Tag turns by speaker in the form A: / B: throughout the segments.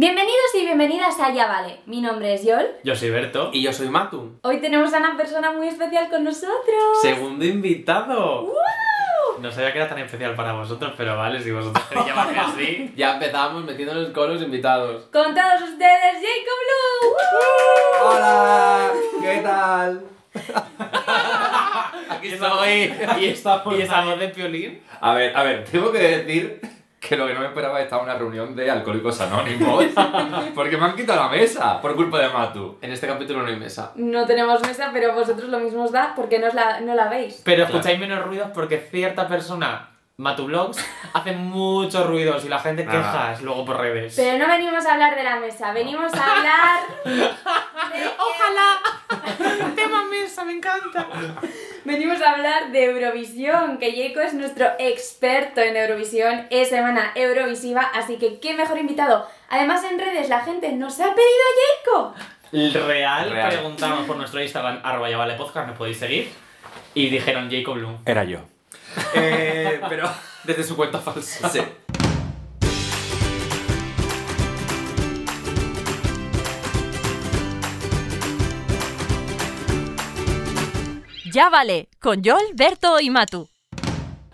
A: Bienvenidos y bienvenidas a Ya Vale. Mi nombre es Yol.
B: Yo soy Berto.
C: Y yo soy Matu.
A: Hoy tenemos a una persona muy especial con nosotros.
C: Segundo invitado.
B: No sabía que era tan especial para vosotros, pero vale, si vosotros queréis llamarme así.
C: Ya empezamos metiéndonos con los invitados.
A: Con todos ustedes, Jacob Blue.
D: Hola, ¿qué tal?
C: Aquí
B: ¿Y esa, y esa voz de piolín?
D: A ver, a ver, tengo que decir que lo que no me esperaba estaba en una reunión de alcohólicos anónimos. Porque me han quitado la mesa por culpa de Matu.
C: En este capítulo no hay mesa.
A: No tenemos mesa, pero vosotros lo mismo os da porque no, os la, no la veis.
B: Pero escucháis menos ruidos porque cierta persona, Matublogs, hace muchos ruidos y la gente
C: Nada.
B: quejas luego por redes.
A: Pero no venimos a hablar de la mesa, venimos a hablar. de-
B: ¡Ojalá! ¡Tema mesa, me encanta!
A: Venimos a hablar de Eurovisión, que Jaco es nuestro experto en Eurovisión, es semana Eurovisiva, así que qué mejor invitado. Además, en redes la gente nos ha pedido a Jaco.
B: Real,
D: Real.
B: preguntamos por nuestro Instagram, arroba ya vale podcast, nos podéis seguir. Y dijeron Jacob Bloom.
D: Era yo.
C: Eh, pero desde su cuenta falsa.
D: Sí.
E: Ya vale, con Joel, Berto y Matu.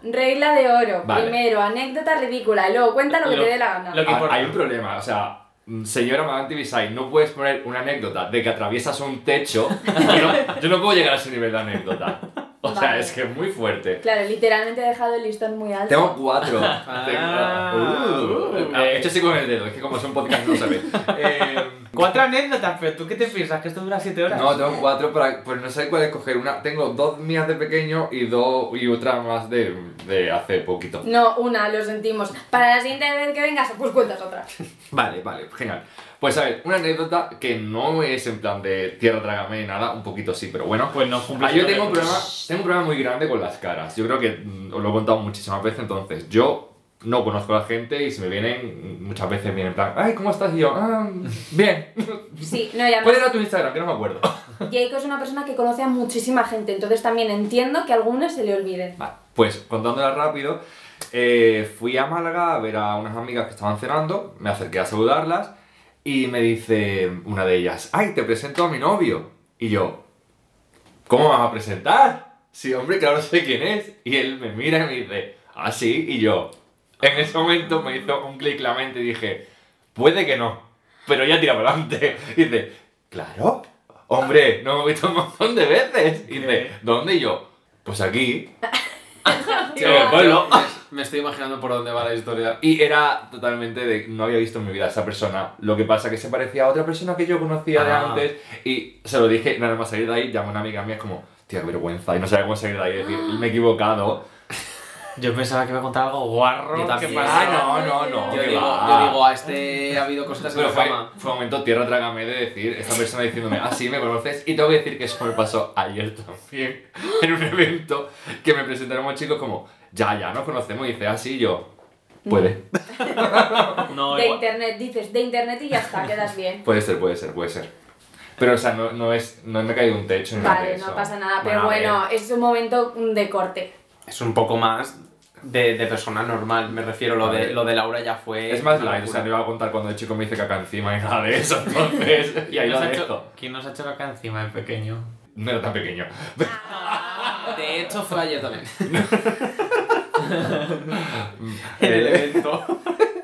A: Regla de oro.
D: Vale.
A: Primero, anécdota ridícula, y luego cuenta lo que
B: Lo-
A: te dé la gana.
B: lo-
D: Ah, Hay un problema, o sea, mm, señora Maganti Bisay, no puedes poner una anécdota de que atraviesas un techo. Yo no, yo no puedo llegar a ese nivel de anécdota. O sea,
A: Vale.
D: es que es muy fuerte.
A: Claro, literalmente he dejado el listón muy alto.
D: Tengo cuatro.
C: Ah.
D: Tengo- Uh,
C: Uh.
D: eh, hecho así con el dedo, es que como son podcasts no se ve. Eh,
B: Cuatro anécdotas, pero ¿tú qué te piensas? ¿Que esto dura siete horas?
D: No, tengo cuatro para. Pues no sé cuál escoger. Una, tengo dos mías de pequeño y dos y otra más de, de hace poquito.
A: No, una, lo sentimos. Para la siguiente vez que vengas, pues cuentas otra.
D: Vale, vale, genial. Pues a ver, una anécdota que no es en plan de tierra trágame ni nada, un poquito sí, pero bueno.
B: Pues no cumple
D: Ah, yo tengo un, problema, tengo un problema muy grande con las caras. Yo creo que mm, os lo he contado muchísimas veces, entonces yo no conozco a la gente y si me vienen, mm, muchas veces vienen en plan, ay, ¿cómo estás? Y yo, ah, bien.
A: Sí, no, ya
D: ¿Cuál era tu Instagram? Que no me acuerdo.
A: Jaco es una persona que conoce a muchísima gente, entonces también entiendo que a algunas se le olviden.
D: Vale, pues contándola rápido, eh, fui a Málaga a ver a unas amigas que estaban cenando, me acerqué a saludarlas y me dice una de ellas, ¡ay, te presento a mi novio! Y yo, ¿cómo me vas a presentar? Sí, hombre, claro sé quién es. Y él me mira y me dice, ¿ah, sí? Y yo, en ese momento me hizo un clic la mente y dije, puede que no, pero ya tira para adelante. Y dice, ¿claro? Hombre, no me he visto un montón de veces. Y dice, ¿dónde? Y yo, pues aquí. Sí,
C: Yo-
D: bueno.
C: yo me- Me estoy imaginando por dónde va la historia.
D: Y era totalmente de. No había visto en mi vida a esa persona. Lo que pasa que se parecía a otra persona que yo conocía de
C: Ah.
D: antes. Y se lo dije, nada más salir de ahí, llamó una amiga mía, es como, tía, qué vergüenza. Y no sabía cómo salir de ahí. Es decir, me he equivocado.
B: Yo pensaba que iba a contar algo guarro.
C: Yo también.
B: ¿Qué
C: Pues
B: pasa?
C: Ah, no.
D: no, no,
C: Yo
D: que
C: digo,
D: va.
C: yo digo, a este ha habido cosas en
D: Pero
C: la
D: fue,
C: cama.
D: fue un momento tierra trágame de decir, esta persona diciéndome, ah, sí, me conoces. Y tengo que decir que eso me pasó ayer también, en un evento, que me presentaron unos chicos como, ya, ya, nos conocemos. Y dice, ah, sí, yo, puede.
B: No,
A: De
B: igual-
A: internet, dices, de internet y ya está, quedas bien.
D: Puede ser, puede ser, puede ser. Pero, o sea, no, no es, no me ha caído un techo ni nada de
A: Vale,
D: eso.
A: no pasa nada, pero
C: Bueno, a
A: bueno, es un momento de corte.
C: Es un poco más de, de persona normal, me refiero. Lo de, lo de Laura ya fue.
D: Es más
C: una
D: light, o sea, no
C: locura.
D: iba a contar cuando el chico me dice caca encima y nada de eso, entonces, y ahí
B: ¿Quién
D: lo
B: nos ha
D: dejo.
B: hecho- ¿Quién nos ha hecho acá encima de pequeño?
D: No era tan pequeño.
C: De hecho, fue ayer también.
D: Eh,
C: evento.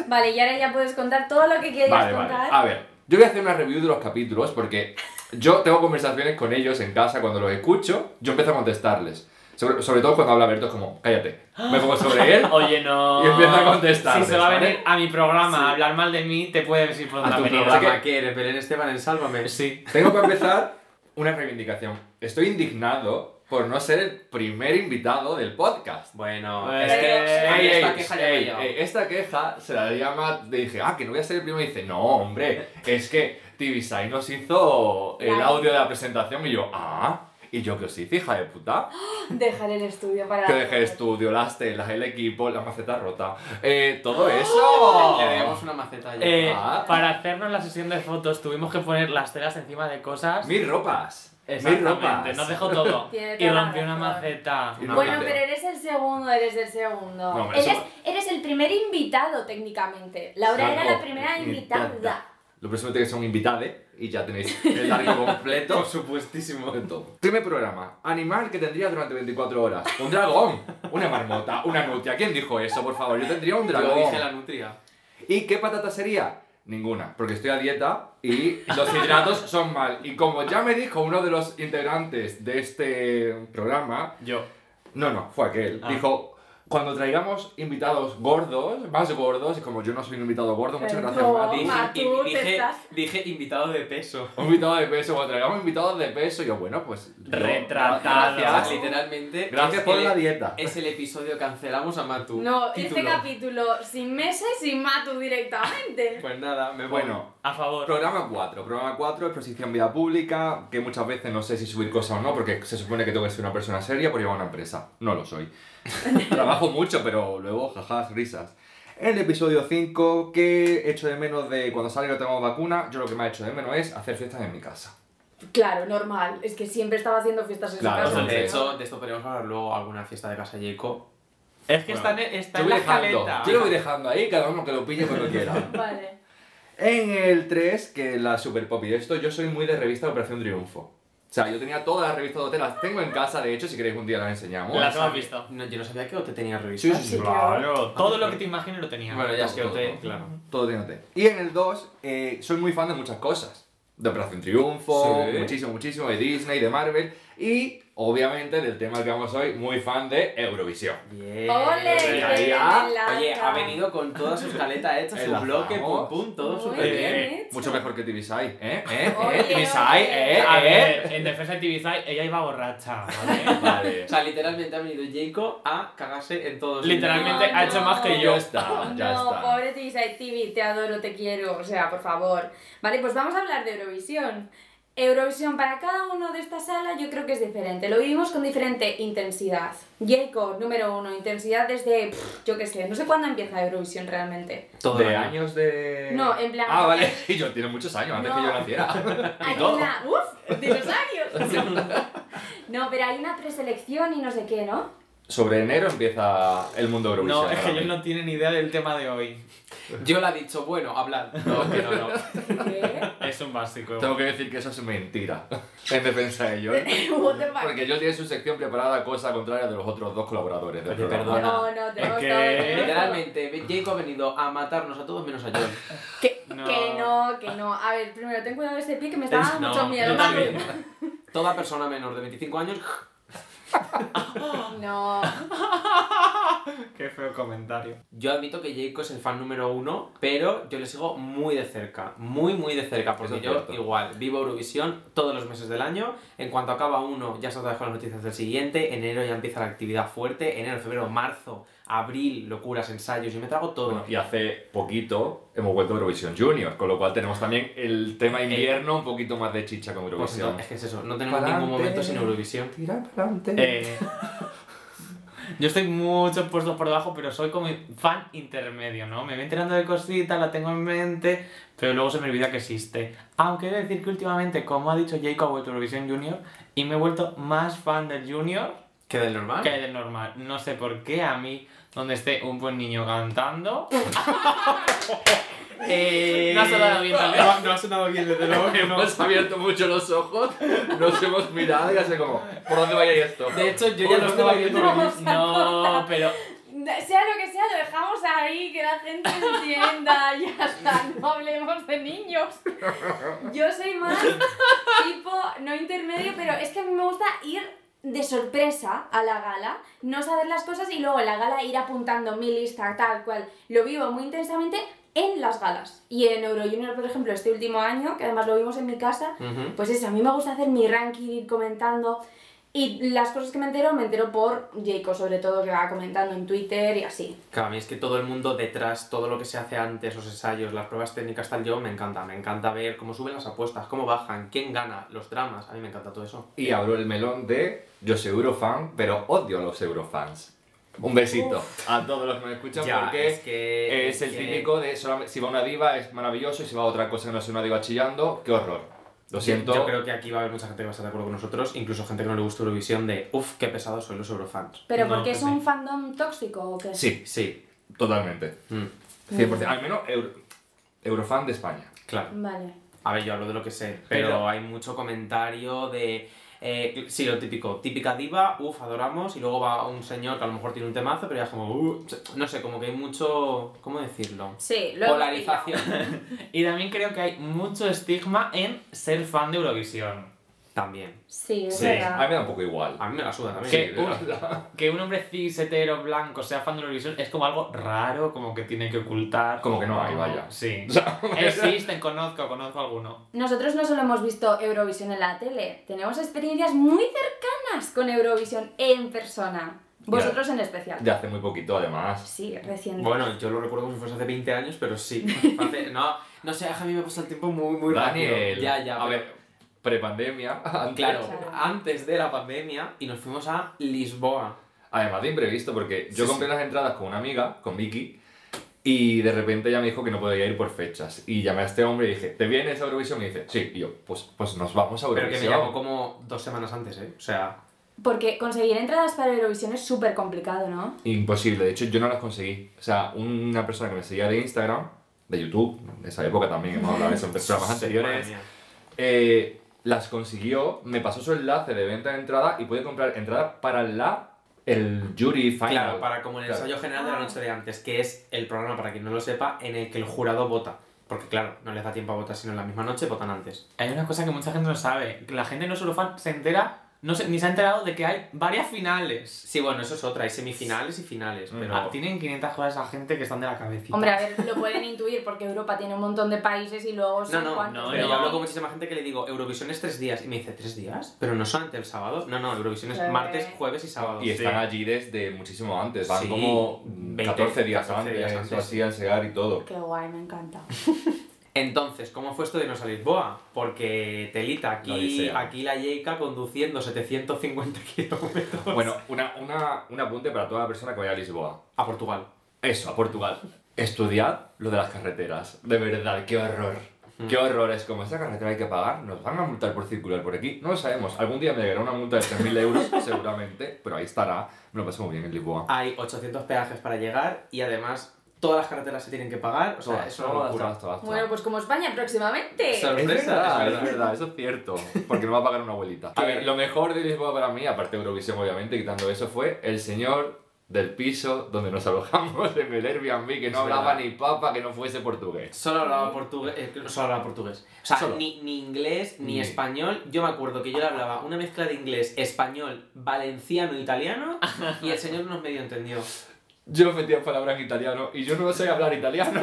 A: Vale, y ahora ya puedes contar todo lo que quieras
D: Eh, Vale, Ah. vale.
A: contar.
D: A ver, yo voy a hacer una review de los capítulos porque yo tengo conversaciones con ellos en casa cuando los escucho, yo empiezo a contestarles. Sobre, sobre todo cuando habla Berto, es como, cállate. Me pongo sobre él.
B: Oye, no.
D: Y empieza a contestarles,
B: Si se va a
D: ¿vale?
B: venir a mi programa a hablar mal de mí, te puedes ir por
C: A
B: una
C: tu
B: avenida.
C: programa, que eres? Belén Esteban en Sálvame.
B: Sí.
D: Tengo que empezar una reivindicación. Estoy indignado por no ser el primer invitado del podcast.
C: Bueno,
B: Eh,
C: es que a mí
D: Ey,
C: esta
D: ey,
C: queja ya me ha
D: ey,
C: llegado.
D: ey, esta queja se la llama, le dije, ah, que no voy a ser el primero. Y dice, no, hombre, es que TVSI nos hizo el
A: Claro.
D: audio de la presentación. Y yo, ah, ¿y yo qué os hice, hija de puta?
A: Dejar el estudio para.
D: Que dejé estudio, las telas, el equipo, la maceta rota. Eh, todo eso.
C: Le debemos una maceta ya.
B: Eh,
D: Ah.
B: Para hacernos la sesión de fotos tuvimos que poner las telas encima de cosas.
D: Mis ropas.
B: Exactamente,
D: ropas.
B: nos dejó todo.
A: Tiene
B: Y
A: toda la
B: rompió una
A: razón.
B: maceta.
D: Y no
A: bueno,
D: hablé.
A: pero eres el segundo, eres el segundo.
D: No, hombre,
A: eres,
D: eso-
A: eres el primer invitado, técnicamente. Laura era la primera invitada.
D: Lo próximo tiene que ser un invitade y ya tenéis el largo completo.
C: supuestísimo.
D: De todo. Primer programa. Animal que tendrías durante 24 horas. Un dragón. Una marmota. Una nutria. ¿Quién dijo eso, por favor? Yo tendría un
C: Yo
D: dragón.
C: dije la nutria.
D: ¿Y qué patata sería? Ninguna, porque estoy a dieta y los hidratos son mal. Y como ya me dijo uno de los integrantes de este programa,
B: Yo.
D: no, no, fue aquel,
B: Ah.
D: dijo, cuando traigamos invitados gordos, más gordos, y como yo no soy un invitado gordo, muchas gracias,
A: Perdón.
D: Mati.
C: Dije,
A: Toma,
C: y-
A: tú te
C: dije,
A: estás-
C: dije invitado de peso.
D: Un invitado de peso, cuando traigamos invitados de peso, yo, bueno, pues... yo-
B: Retratado.
C: Gracias, literalmente.
D: Gracias
C: Es
D: por
C: el-
D: la dieta.
C: Es el episodio Cancelamos a Matu.
A: No,
C: Título.
A: este capítulo sin meses, sin Matu directamente.
C: Pues nada, me voy.
D: Bueno,
B: A favor.
D: Programa 4. Programa 4 exposición vía pública, que muchas veces no sé si subir cosas o no, porque se supone que tengo que ser una persona seria por llevar una empresa. No lo soy. Trabajo mucho, pero luego jajas, risas. En el episodio 5, que hecho de menos de cuando salga y tengamos vacuna, yo lo que más hecho de menos es hacer fiestas en mi casa.
A: Claro, normal. Es que siempre estaba haciendo fiestas en su
D: Claro,
A: casa.
D: hombre.
C: de hecho, de esto podríamos hablar luego alguna fiesta de Casa Yeco.
B: Es que
C: Bueno,
B: está en, e- está
D: Yo
B: en
D: voy
B: la
D: dejando,
B: escaleta.
D: yo lo voy dejando ahí, cada uno que lo pille cuando quiera.
A: Vale.
D: En el 3, que la Super Pop y esto, yo soy muy de revista Operación Triunfo. O sea, yo tenía todas las revistas de hotel, las tengo en casa, de hecho, si queréis un día las enseñamos.
B: Las hemos visto.
C: No, yo no sabía que OT tenía
D: Sí,
C: revista.
D: sí, sí.
B: Claro, todo lo que te imagines lo tenía.
C: Bueno, ya es que
D: Todo,
C: OT,
D: todo.
C: claro.
D: Todo tiene té. Y en el 2, eh, soy muy fan de muchas cosas. De Operación Triunfo,
C: Sí.
D: muchísimo, muchísimo, de Disney, de Marvel. Y, obviamente, del tema que vamos hoy, muy fan de Eurovisión.
C: Bien.
A: ¡Ole!
D: Ya,
A: que
D: ya.
A: me lanza!
C: Oye, ha venido con toda su escaleta hecha, su
D: Enlazamos.
C: bloque, pum pum, todo
A: Muy
C: súper
A: bien
C: bien.
A: hecho.
D: Mucho mejor que Tibisay, ¿eh? ¿Eh? ¿Eh?
A: Oye,
D: Tibisay,
A: oye.
D: ¿eh?
B: A
D: ¿Eh?
B: ver, en defensa de Tibisay, ella iba borracha, ¿vale?
D: Vale.
C: O sea, literalmente ha venido Jacob a cagarse en todos.
B: Literalmente
A: No,
B: ha hecho
A: no.
B: más que
D: Ya
B: yo.
D: está, ya
A: no,
D: está.
A: pobre Tibisay TV, te adoro, te quiero, o sea, por favor. Vale, pues vamos a hablar de Eurovisión. Eurovisión para cada uno de esta sala yo creo que es diferente, lo vivimos con diferente intensidad. Jacob, número uno, intensidad desde, pff, yo qué sé, no sé cuándo empieza Eurovisión realmente.
C: Todo
D: ¿De años de...?
A: No, en plan-
D: Ah, vale. Y yo, tiene muchos años, antes que
A: No.
D: yo naciera.
A: Hay
D: todo.
A: una, uff, dinosaurios. no, pero hay una preselección y no sé qué, ¿no?
D: Sobre enero empieza el mundo Eurovisión.
B: No, es que
D: para
B: ellos
D: mí.
B: no tienen ni idea del tema de hoy.
C: Yo le he dicho, bueno, hablad. No, que no, no.
A: ¿Qué?
B: Es un básico.
D: Tengo que decir que eso es mentira. En defensa de ellos.
A: What the fuck?
D: Porque ellos tienen su sección preparada, cosa contraria de los otros dos colaboradores del
C: Oye,
D: programa.
C: perdona.
A: No, no, tenemos
B: que-
A: todo,
D: Eh,
A: tenemos todo.
C: Literalmente, Jacob ha venido a matarnos a todos menos a John.
A: Que
B: No.
A: no. que no, que no. A ver, primero ten cuidado de ese pie que me está dando
B: No,
A: Ah, mucho miedo.
B: yo también.
A: Manu.
C: Toda persona menor de 25 años.
A: No.
B: Qué feo comentario.
C: Yo admito que Jacob es el fan número uno, pero yo le sigo muy de cerca. Muy, muy de cerca.
D: Eso
C: Porque
D: es
C: yo,
D: cierto.
C: igual, vivo Eurovisión todos los meses del año. En cuanto acaba uno, ya se otra vez con las noticias del siguiente. Enero ya empieza la actividad fuerte. Enero, febrero, marzo, abril, locuras, ensayos. Yo me trago todo. Pues
D: Bueno, y hace poquito hemos vuelto a Eurovisión Junior, con lo cual tenemos también el tema invierno un poquito más de chicha con
C: Pues
D: Eurovisión.
C: no, Eh. es que es eso, no tenemos
D: Pa'lante.
C: ningún momento sin Eurovisión.
D: Tira para adelante.
B: Eh, yo estoy muchos puestos por debajo, pero soy como fan intermedio, ¿no? Me voy enterando de cositas, la tengo en mente, pero luego se me olvida que existe. Aunque he de decir que últimamente, como ha dicho Jacob, he vuelto a Eurovisión Junior y me he vuelto más fan del Junior
C: ¿Qué del
D: Ah.
C: normal?
B: que del normal. No sé por qué a mí, donde esté un buen niño cantando...
C: Eh,
B: No ha sonado bien, tal vez.
C: No, no ha sonado bien, desde luego que no.
D: Hemos abierto mucho los ojos, nos hemos mirado y así como, ¿por dónde vaya esto?
C: De hecho, yo ya
D: Uy,
C: lo
D: no
C: estaba
D: te
C: viendo.
A: vayas.
B: No, pero
A: Sea lo que sea, lo dejamos ahí, que la gente entienda, ya está, no hablemos de niños. Yo soy más tipo, no intermedio, pero es que a mí me gusta ir de sorpresa a la gala, no saber las cosas y luego en la gala ir apuntando mi lista, tal cual. Lo vivo muy intensamente en las galas. Y en Euro Junior, por ejemplo, este último año, que además lo vimos en mi casa,
C: Ujú.
A: pues eso, a mí me gusta hacer mi ranking, ir comentando. Y las cosas que me entero, me entero por Jacob, sobre todo, que va comentando en Twitter y así.
C: Claro, a mí es que todo el mundo detrás, todo lo que se hace antes, los ensayos, las pruebas técnicas, tal, yo me encanta. Me encanta ver cómo suben las apuestas, cómo bajan, quién gana, los dramas. A mí me encanta todo eso.
D: Y abro el melón de yo soy eurofan, pero odio a los eurofans. Un besito a todos los que me escuchan
C: Ya,
D: porque
C: es que-
D: es,
C: es
D: el
C: Eh, que-
D: típico de solamente- si va una diva es maravilloso y si va otra cosa que no sea una diva chillando, qué horror. Lo siento.
C: Yo creo que aquí va a haber mucha gente que va a estar de acuerdo con nosotros, incluso gente que no le gusta Eurovisión, de uff, qué pesados son los Eurofans.
A: ¿Pero
B: No,
A: porque
B: que
A: es
B: sí.
A: un fandom tóxico o qué?
D: Sí,
C: Sí,
D: totalmente.
C: mm,
D: 100%. Al menos Euro- Eurofan de España.
C: claro.
A: Vale.
C: A ver, yo hablo de lo que sé, pero,
B: Pero-
C: hay mucho comentario de. eh, sí, lo típico, típica diva, uff, adoramos, y luego va un señor que a lo mejor tiene un temazo, pero ya es como, "Uh", no sé, como que hay mucho. ¿Cómo decirlo?
A: Sí, lo hemos pillado.
C: Polarización.
B: Y también creo que hay mucho estigma en ser fan de Eurovisión.
C: también.
A: Sí, es
B: Sí.
D: A mí
A: verdad.
D: me da un poco igual.
C: A mí me la suda también.
B: Que
D: de
B: un, que un hombre cis, hetero, blanco sea fan de Eurovisión es como algo raro, como que tiene que ocultar.
D: Como que no hay, vaya.
B: Sí.
D: O sea,
B: Existen, conozco, conozco alguno.
A: Nosotros no solo hemos visto Eurovisión en la tele, tenemos experiencias muy cercanas con Eurovisión en persona. Vosotros en especial.
D: de hace muy poquito, además.
A: Sí, recién.
C: Bueno, yo lo recuerdo como si fuese hace 20 años, pero sí. Hace- no, no sé, a mí me pasa el tiempo muy, muy
D: Daniel.
C: rápido. Ya, ya. pero-
D: A ver, prepandemia.
C: Claro,
A: Claro.
C: antes de la pandemia y nos fuimos a Lisboa.
D: Además de imprevisto, porque yo
C: Sí,
D: compré las entradas con una amiga, con Vicky, y de repente ella me dijo que no podía ir por fechas. Y llamé a este hombre y dije, ¿te vienes a Eurovisión? Y dice, sí. Y yo, pues, pues nos vamos a
C: Pero
D: Eurovisión.
C: que me llamó como dos semanas antes, ¿eh? O sea,
A: Porque conseguir entradas para Eurovisión es súper complicado, ¿no?
D: Imposible, de hecho yo no las conseguí. O sea, una persona que me seguía de Instagram, de YouTube, de esa época también hemos hablado de eso en programas anteriores,
C: madre mía.
D: eh, las consiguió, me pasó su enlace de venta de entrada y pude comprar entrada para la, el jury final.
C: Claro, para como el
D: Claro.
C: ensayo general de la noche de antes, que es el programa, para quien no lo sepa, en el que el jurado vota. Porque claro, no les da tiempo a votar, sino en la misma noche votan antes.
B: Hay una cosa que mucha gente no sabe: que la gente no solo fan se entera, no se- ni se ha enterado de que hay varias finales.
C: Sí, bueno, eso es otra, hay semifinales y finales,
D: Mm.
C: pero...
B: Ah, tienen 500 cosas a gente que están de la cabecita.
A: Hombre, a ver, lo pueden intuir porque Europa tiene un montón de países y luego
C: No,
A: son
C: no,
A: cuantos,
C: no,
B: pero
C: yo
B: no.
C: hablo con muchísima gente que le digo, Eurovisión es tres días. Y me dice, ¿tres días? Pero no solamente el sábado. No, no, Eurovisión es
A: Claro.
C: martes, jueves y sábado.
D: Y
C: Sí.
D: están allí desde muchísimo antes, van
C: Sí,
D: como
C: 20,
D: 14 días
C: 14
D: antes,
C: días
D: o
C: antes.
D: así, al llegar y todo.
A: Qué guay, me encanta.
C: Entonces, ¿cómo fue esto de irnos a Lisboa? Porque Telita,
D: La
C: aquí,
D: odisea.
C: aquí la Yeika conduciendo 750 kilómetros
D: Bueno, una, una, un apunte para toda persona que vaya a Lisboa.
C: a Portugal.
D: Eso, a Portugal. Estudiad lo de las carreteras. De verdad, qué horror. Qué
C: Mm.
D: horror, es como esta carretera hay que pagar, nos van a multar por circular por aquí, no lo sabemos. Algún día me llegará una multa de 3.000 euros, seguramente, pero ahí estará. Me lo pasé muy bien en Lisboa.
C: Hay 800 peajes para llegar y además todas las carreteras se tienen que pagar. O sea,
D: Todas,
C: es una
D: todas,
C: locura.
D: todas, todas, todas.
A: Bueno, pues como España próximamente.
C: Sor-
D: Es
C: Sorpresa,
D: verdad,
C: es
D: es
C: verdad.
D: verdad, eso es cierto. Porque no va a pagar una abuelita. A ver, lo mejor de Lisboa para mí, aparte de Eurovisión, obviamente, quitando eso, fue el señor del piso donde nos alojamos en el Airbnb, que
C: Es
D: no hablaba
C: verdad.
D: ni papa, que no fuese portugués.
C: Solo hablaba portugués. eh, solo hablaba portugués. O sea,
D: Solo.
C: ni, ni inglés, ni
D: Ni-
C: español. Yo me acuerdo que yo le hablaba una mezcla de inglés, español, valenciano, italiano y el señor nos medio entendió.
D: Yo metía palabras en italiano y yo no sé hablar italiano.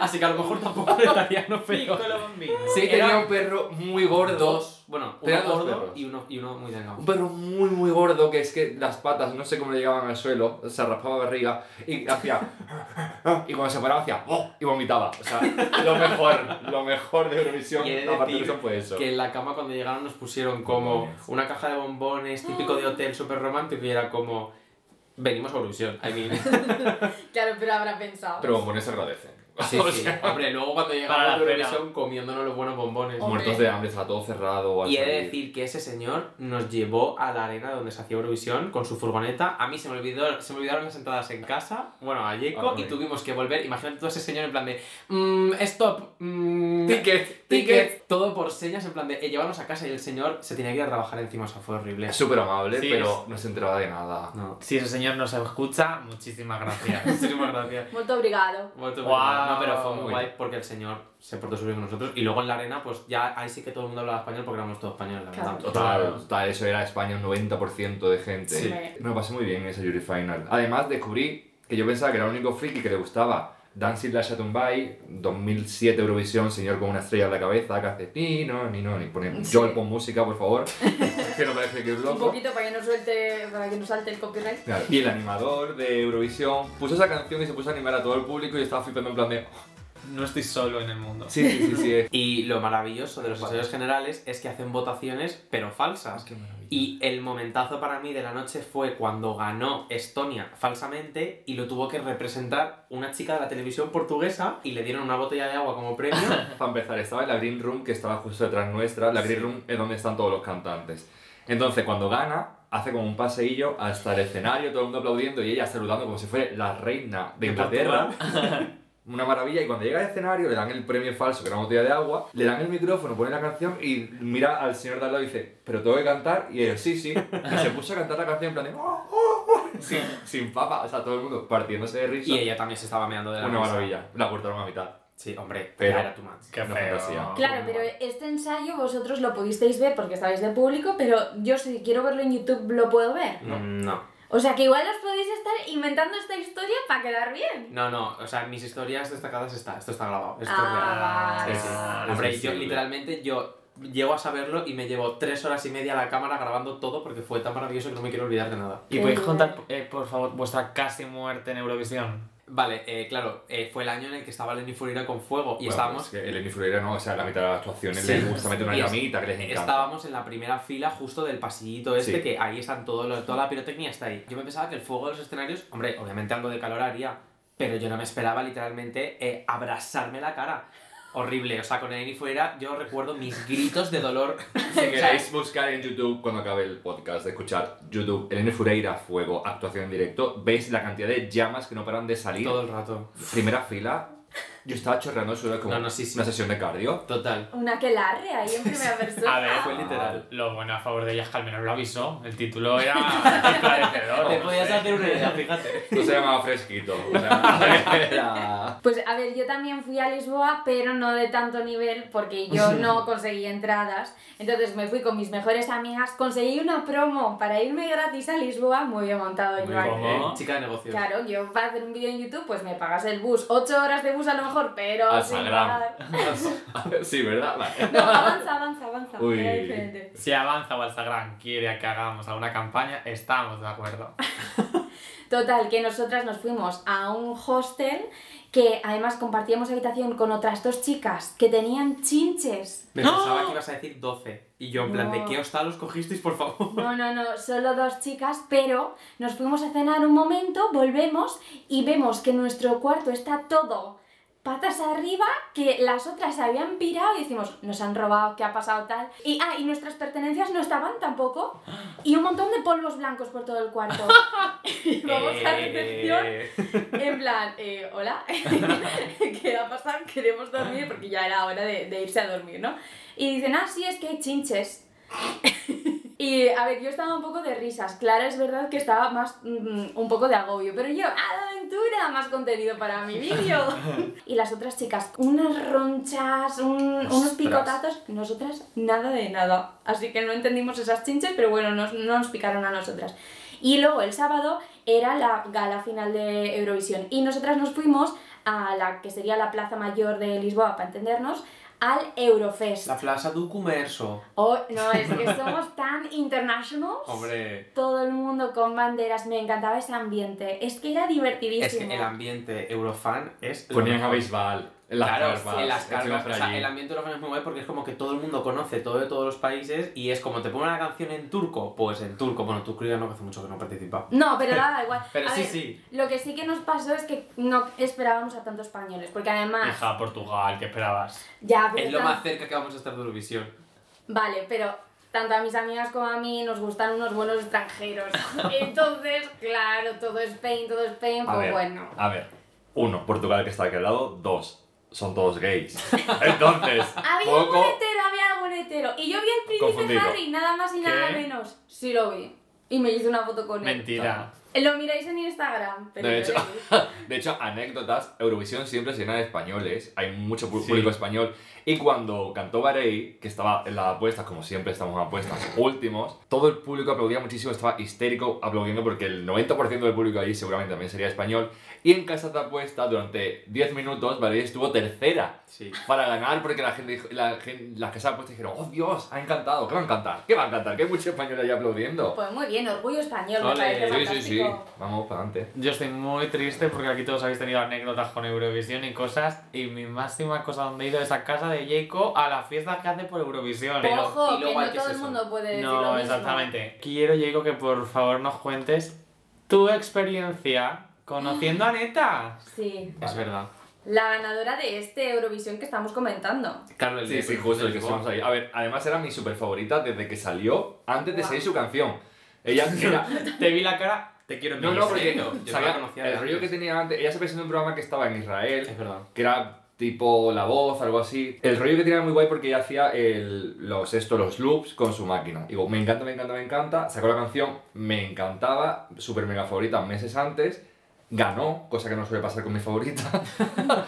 C: Así que a lo mejor tampoco era italiano, pero...
D: Sí,
C: Era-
D: tenía un perro muy gordo.
C: Dos. Bueno,
D: Tenía
C: uno
D: dos
C: gordo
D: perros.
C: y uno, y uno muy delgado.
D: Un perro muy, muy gordo, que es que las patas no sé cómo le llegaban al suelo, se raspaba barriga y hacía. y cuando se paraba hacía. "Oh", y vomitaba. O sea, lo mejor, lo mejor de Eurovisión,
C: Quiere
D: aparte de
C: decir
D: eso, fue eso.
C: Que en la cama cuando llegaron nos pusieron como
D: Bombones.
C: una caja de bombones típico de hotel súper romántico y era como... Venimos a Eurovisión, I mean.
A: Claro, pero habrá pensado.
D: Pero bombones se agradecen.
C: Sí,
D: O
C: sí.
D: sea,
C: Hombre, luego cuando llegamos
B: Para la
C: a
B: cena.
C: Eurovisión comiéndonos los buenos bombones.
A: Hombre.
D: Muertos de hambre, está todo cerrado. al
C: Y he de
D: salir.
C: decir que ese señor nos llevó a la arena donde se hacía Eurovisión con su furgoneta. A mí se me, olvidó, se me olvidaron las entradas en casa, bueno, a Yeco,
D: Hombre.
C: y tuvimos que volver. Imagínate todo ese señor en plan de, "Mm, stop, mm,
D: Ticket, ticket.
C: ticket, todo por señas, en plan de, eh, llevarnos a casa y el señor se tenía que ir a trabajar encima, o sea, fue horrible.
D: Es súper amable,
B: Sí,
D: pero no se enteraba de nada.
C: No,
B: Si ese señor nos escucha, muchísimas gracias.
C: muchísimas gracias.
A: Muy obrigado.
C: Bueno, tú-
B: Guau.
C: No, pero fue muy
D: Bueno.
C: guay porque el señor se portó súper bien con nosotros y luego en la arena, pues ya ahí sí que todo el mundo hablaba español porque éramos todos españoles, la
A: Claro.
C: verdad.
D: Total, total, eso era España un 90% de gente.
A: Sí.
D: Me lo pasé muy bien en ese Jury Final. Además, descubrí que yo pensaba que era el único friki que le gustaba Dancing Lasha Tumbai, 2007 Eurovisión, señor con una estrella en la cabeza, que hace ni no, ni no, ni pone
A: Sí.
D: Joel, pon música, por favor. que no parece que es
A: Un
D: loco.
A: poquito para que no suelte, para que no salte el copyright.
D: Claro, Y el animador de "Oh". Eurovisión puso esa canción y se puso a animar a todo el público y yo estaba flipando en plan de.
B: no estoy solo en el mundo.
D: Sí, sí, sí, sí. es-
C: Y lo maravilloso de los
D: Vale.
C: ensayos generales es que hacen votaciones, pero
D: Ah,
C: falsas. Y el momentazo para mí de la noche fue cuando ganó Estonia falsamente y lo tuvo que representar una chica de la televisión portuguesa y le dieron una botella de agua como premio.
D: Para empezar, estaba en la Green Room que estaba justo detrás nuestra. La Green Room es donde están todos los cantantes. Entonces, cuando gana, hace como un paseillo hasta el escenario, todo el mundo aplaudiendo y ella saludando como si fuera la reina de
B: De
D: Inglaterra. Una maravilla. Y cuando llega al escenario, le dan el premio falso, que era una botella de agua, le dan el micrófono, pone la canción y mira al señor de al lado y dice, pero tengo que cantar. Y él, sí, sí. Y se puso a cantar la canción en plan de, "Oh, oh, oh", sin, sin papa. O sea, todo el mundo partiéndose de risa.
C: y ella también se estaba meando de la
D: Una
C: risa.
D: maravilla. La cortaron a mitad.
C: Sí, hombre,
D: Pero-
C: pero era tu man.
B: Qué
D: Una
B: feo.
C: Ah,
D: fantasía.
A: Claro, pero este ensayo vosotros lo pudisteis ver porque estabais de público, pero yo si quiero verlo en YouTube lo puedo ver.
C: No. no.
A: O sea que igual os podéis estar inventando esta historia para quedar bien.
C: No, no, o sea, mis historias destacadas está, esto está grabado, esto
A: Ah,
C: es real. Sí, sí.
B: vale.
D: Ah,
C: Hombre,
D: es
C: yo
D: sensible.
C: literalmente yo llego a saberlo y me llevo tres horas y media a la cámara grabando todo porque fue tan maravilloso que no me quiero olvidar de nada.
B: ¿Y
A: Qué
B: podéis
A: bien.
B: contar, eh, por favor, vuestra casi muerte en Eurovisión?
C: Vale, eh, claro, eh, fue el año en el que estaba Lenny Furriera con fuego y
D: Bueno,
C: estábamos,
D: es que Eleni Furriera no, o sea, la mitad de las actuaciones
C: Sí.
D: le gusta meter una
C: Y es-
D: llamita que les encanta.
C: estábamos en la primera fila justo del pasillito este
D: Sí.
C: que ahí están todos los, toda la pirotecnia está ahí. Yo me pensaba que el fuego de los escenarios, hombre, obviamente algo de calor haría, pero yo no me esperaba literalmente eh, abrasarme la cara. Horrible, o sea, con Lenny Furriera yo recuerdo mis gritos de dolor.
D: Si queréis buscar en YouTube cuando acabe el podcast, escuchar YouTube Eleni Furreira Fuego, actuación en directo, veis la cantidad de llamas que no paran de salir.
C: Todo el rato.
D: Primera fila, yo estaba chorreando eso como
C: No, no, sí, sí.
D: una sesión de cardio.
C: Total.
A: Una que larre ahí en primera persona.
B: A ver,
C: Ah, Fue literal.
B: Ah, lo bueno a favor de ella es que al menos lo avisó. El título era esclarecedor.
C: Te
B: no
C: podías
B: sé.
C: hacer una idea, fíjate.
D: No se llamaba fresquito. o sea, era-
A: Pues a ver, yo también fui a Lisboa, pero no de tanto nivel porque yo no conseguí entradas. Entonces me fui con mis mejores amigas, conseguí una promo para irme gratis a Lisboa, muy bien montado
B: Muy
A: yo ahí.
B: bien.
C: Eh, chica de negocios.
A: Claro, yo para hacer un vídeo en YouTube, pues me pagas el bus, 8 horas de bus a lo mejor, pero
D: Al
A: sin
D: Sagrado.
A: pagar.
D: sí, ¿verdad? Vale.
A: No, avanza, avanza, avanza.
D: Uy.
A: Era diferente.
B: Si Avanza o Alzagrán quiere que hagamos alguna campaña, estamos de acuerdo.
A: Total, que nosotras nos fuimos a un hostel que además compartíamos habitación con otras dos chicas que tenían chinches.
C: Me
B: ¡No!
C: pensaba que ibas a decir 12. Y yo, en plan,
A: No.
C: ¿de qué hostal os cogisteis, por favor?
A: No, no, no, solo dos chicas, pero nos fuimos a cenar un momento, volvemos y vemos que nuestro cuarto está todo patas arriba, que las otras se habían pirado y decimos, nos han robado, ¿qué ha pasado tal? Y, ah, y nuestras pertenencias no estaban tampoco y un montón de polvos blancos por todo el cuarto. y vamos a recepción
C: Eh,
A: en plan, eh, hola, ¿qué ha pasado? Queremos dormir porque ya era hora de, de irse a dormir, ¿no? Y dicen, ah, sí, es que hay chinches. y a ver, yo estaba un poco de risas. Clara es verdad que estaba más mm, un poco de agobio, pero yo, ¡ah, la aventura! Más contenido para mi vídeo. y las otras chicas, unas ronchas, un- unos
D: Ostras.
A: picotazos. Nosotras, nada de nada. Así que no entendimos esas chinches, pero bueno, nos- no nos picaron a nosotras. Y luego el sábado era la gala final de Eurovisión. Y nosotras nos fuimos a la que sería la Plaza Mayor de Lisboa, para entendernos, al Eurofest.
C: La Plaza du Comercio.
A: Oh, no, es que somos tan internationals.
C: Hombre.
A: Todo el mundo con banderas, me encantaba ese ambiente. Es que era
C: Es
A: divertidísimo.
C: que el ambiente eurofan es. lo
D: Ponían a
C: mejor.
D: Beisbal. en las
C: claro,
D: carpas,
C: en las
D: encima
C: carpas.
D: por
C: O sea,
D: allí.
C: el ambiente eurofan es muy guay porque es como que todo el mundo conoce todo de todos los países y es como te ponen una canción en turco, pues en turco. Bueno, tú creo no, que hace mucho que no participa.
A: No, pero daba igual.
C: Pero
A: A
C: sí,
A: ver,
C: sí.
A: Lo que sí que nos pasó es que no esperábamos a tantos españoles, porque además...
B: Hija, Portugal, ¿qué esperabas?
A: Ya, pero
C: Es lo
A: tan-
C: más cerca que vamos a estar de Eurovisión.
A: Vale, pero tanto a mis amigas como a mí nos gustan unos buenos extranjeros. Entonces, claro, todo es pain, todo es pain,
D: A
A: pues
D: ver,
A: bueno.
D: a ver. Uno, Portugal que está aquí al lado. Dos, son todos gays. Entonces,
A: Había algún
D: poco...
A: hetero, había algún hetero. Y yo vi al príncipe
D: Confundido.
A: Harry, nada más y nada
B: ¿Qué?
A: menos. Sí lo vi. Y me hice una foto con él.
B: Mentira.
A: Lo miráis en Instagram, pero
D: De
A: yo
D: hecho,
A: lo vi.
D: de hecho, anécdotas, Eurovisión siempre se llena de españoles, hay mucho pu-
B: Sí.
D: público español. Y cuando cantó Barei, que estaba en las apuestas, como siempre estamos en apuestas, últimos, todo el público aplaudía muchísimo, estaba histérico aplaudiendo porque el 90% del público allí seguramente también sería español. Y en casa de apuestas, durante 10 minutos, Barei estuvo tercera
C: Sí.
D: para ganar porque la gente, dijo- la gen- las casas de apuestas dijeron, oh Dios, ha encantado, ¿qué va a encantar? ¿Qué va a encantar? Que hay muchos españoles ahí aplaudiendo.
A: Pues muy bien, orgullo español, me
C: Ole,
A: parece
D: sí, sí,
A: fantástico.
D: sí. Sí,
A: México.
D: vamos para adelante.
B: Yo estoy muy triste porque aquí todos habéis tenido anécdotas con Eurovisión y cosas. Y mi máxima cosa donde he ido es a casa de Jaco a la fiesta que hace por Eurovisión.
C: Pero-
A: Ojo,
C: y
A: que
C: luego
A: no
C: hay que
A: todo
C: es
A: el
C: eso.
A: mundo puede decir lo
B: No,
A: mismo.
B: exactamente. Quiero, Jaco, que por favor nos cuentes tu experiencia conociendo a Neta.
A: Sí.
C: Es verdad.
A: La ganadora de este Eurovisión que estamos comentando.
C: Carlos,
D: Sí, sí, justo el que estuvimos ahí. A ver, además era mi super favorita desde que salió, antes de
A: Guau.
D: salir su canción. Ella, era-
B: Te vi la cara, te quiero en
D: no,
B: mi
D: no,
B: lista.
D: porque
C: yo no la
D: sabía-
C: conocía de
D: el rollo que
C: antes.
D: tenía antes, ella se presentó en un programa que estaba en Israel,
C: Es verdad.
D: que era tipo La Voz, algo así. El rollo que tenía era muy guay porque ella hacía el- los, esto, los loops con su máquina. Digo, me encanta, me encanta, me encanta. Sacó la canción, me encantaba, super mega favorita meses antes. Ganó, cosa que no suele pasar con mi favorita.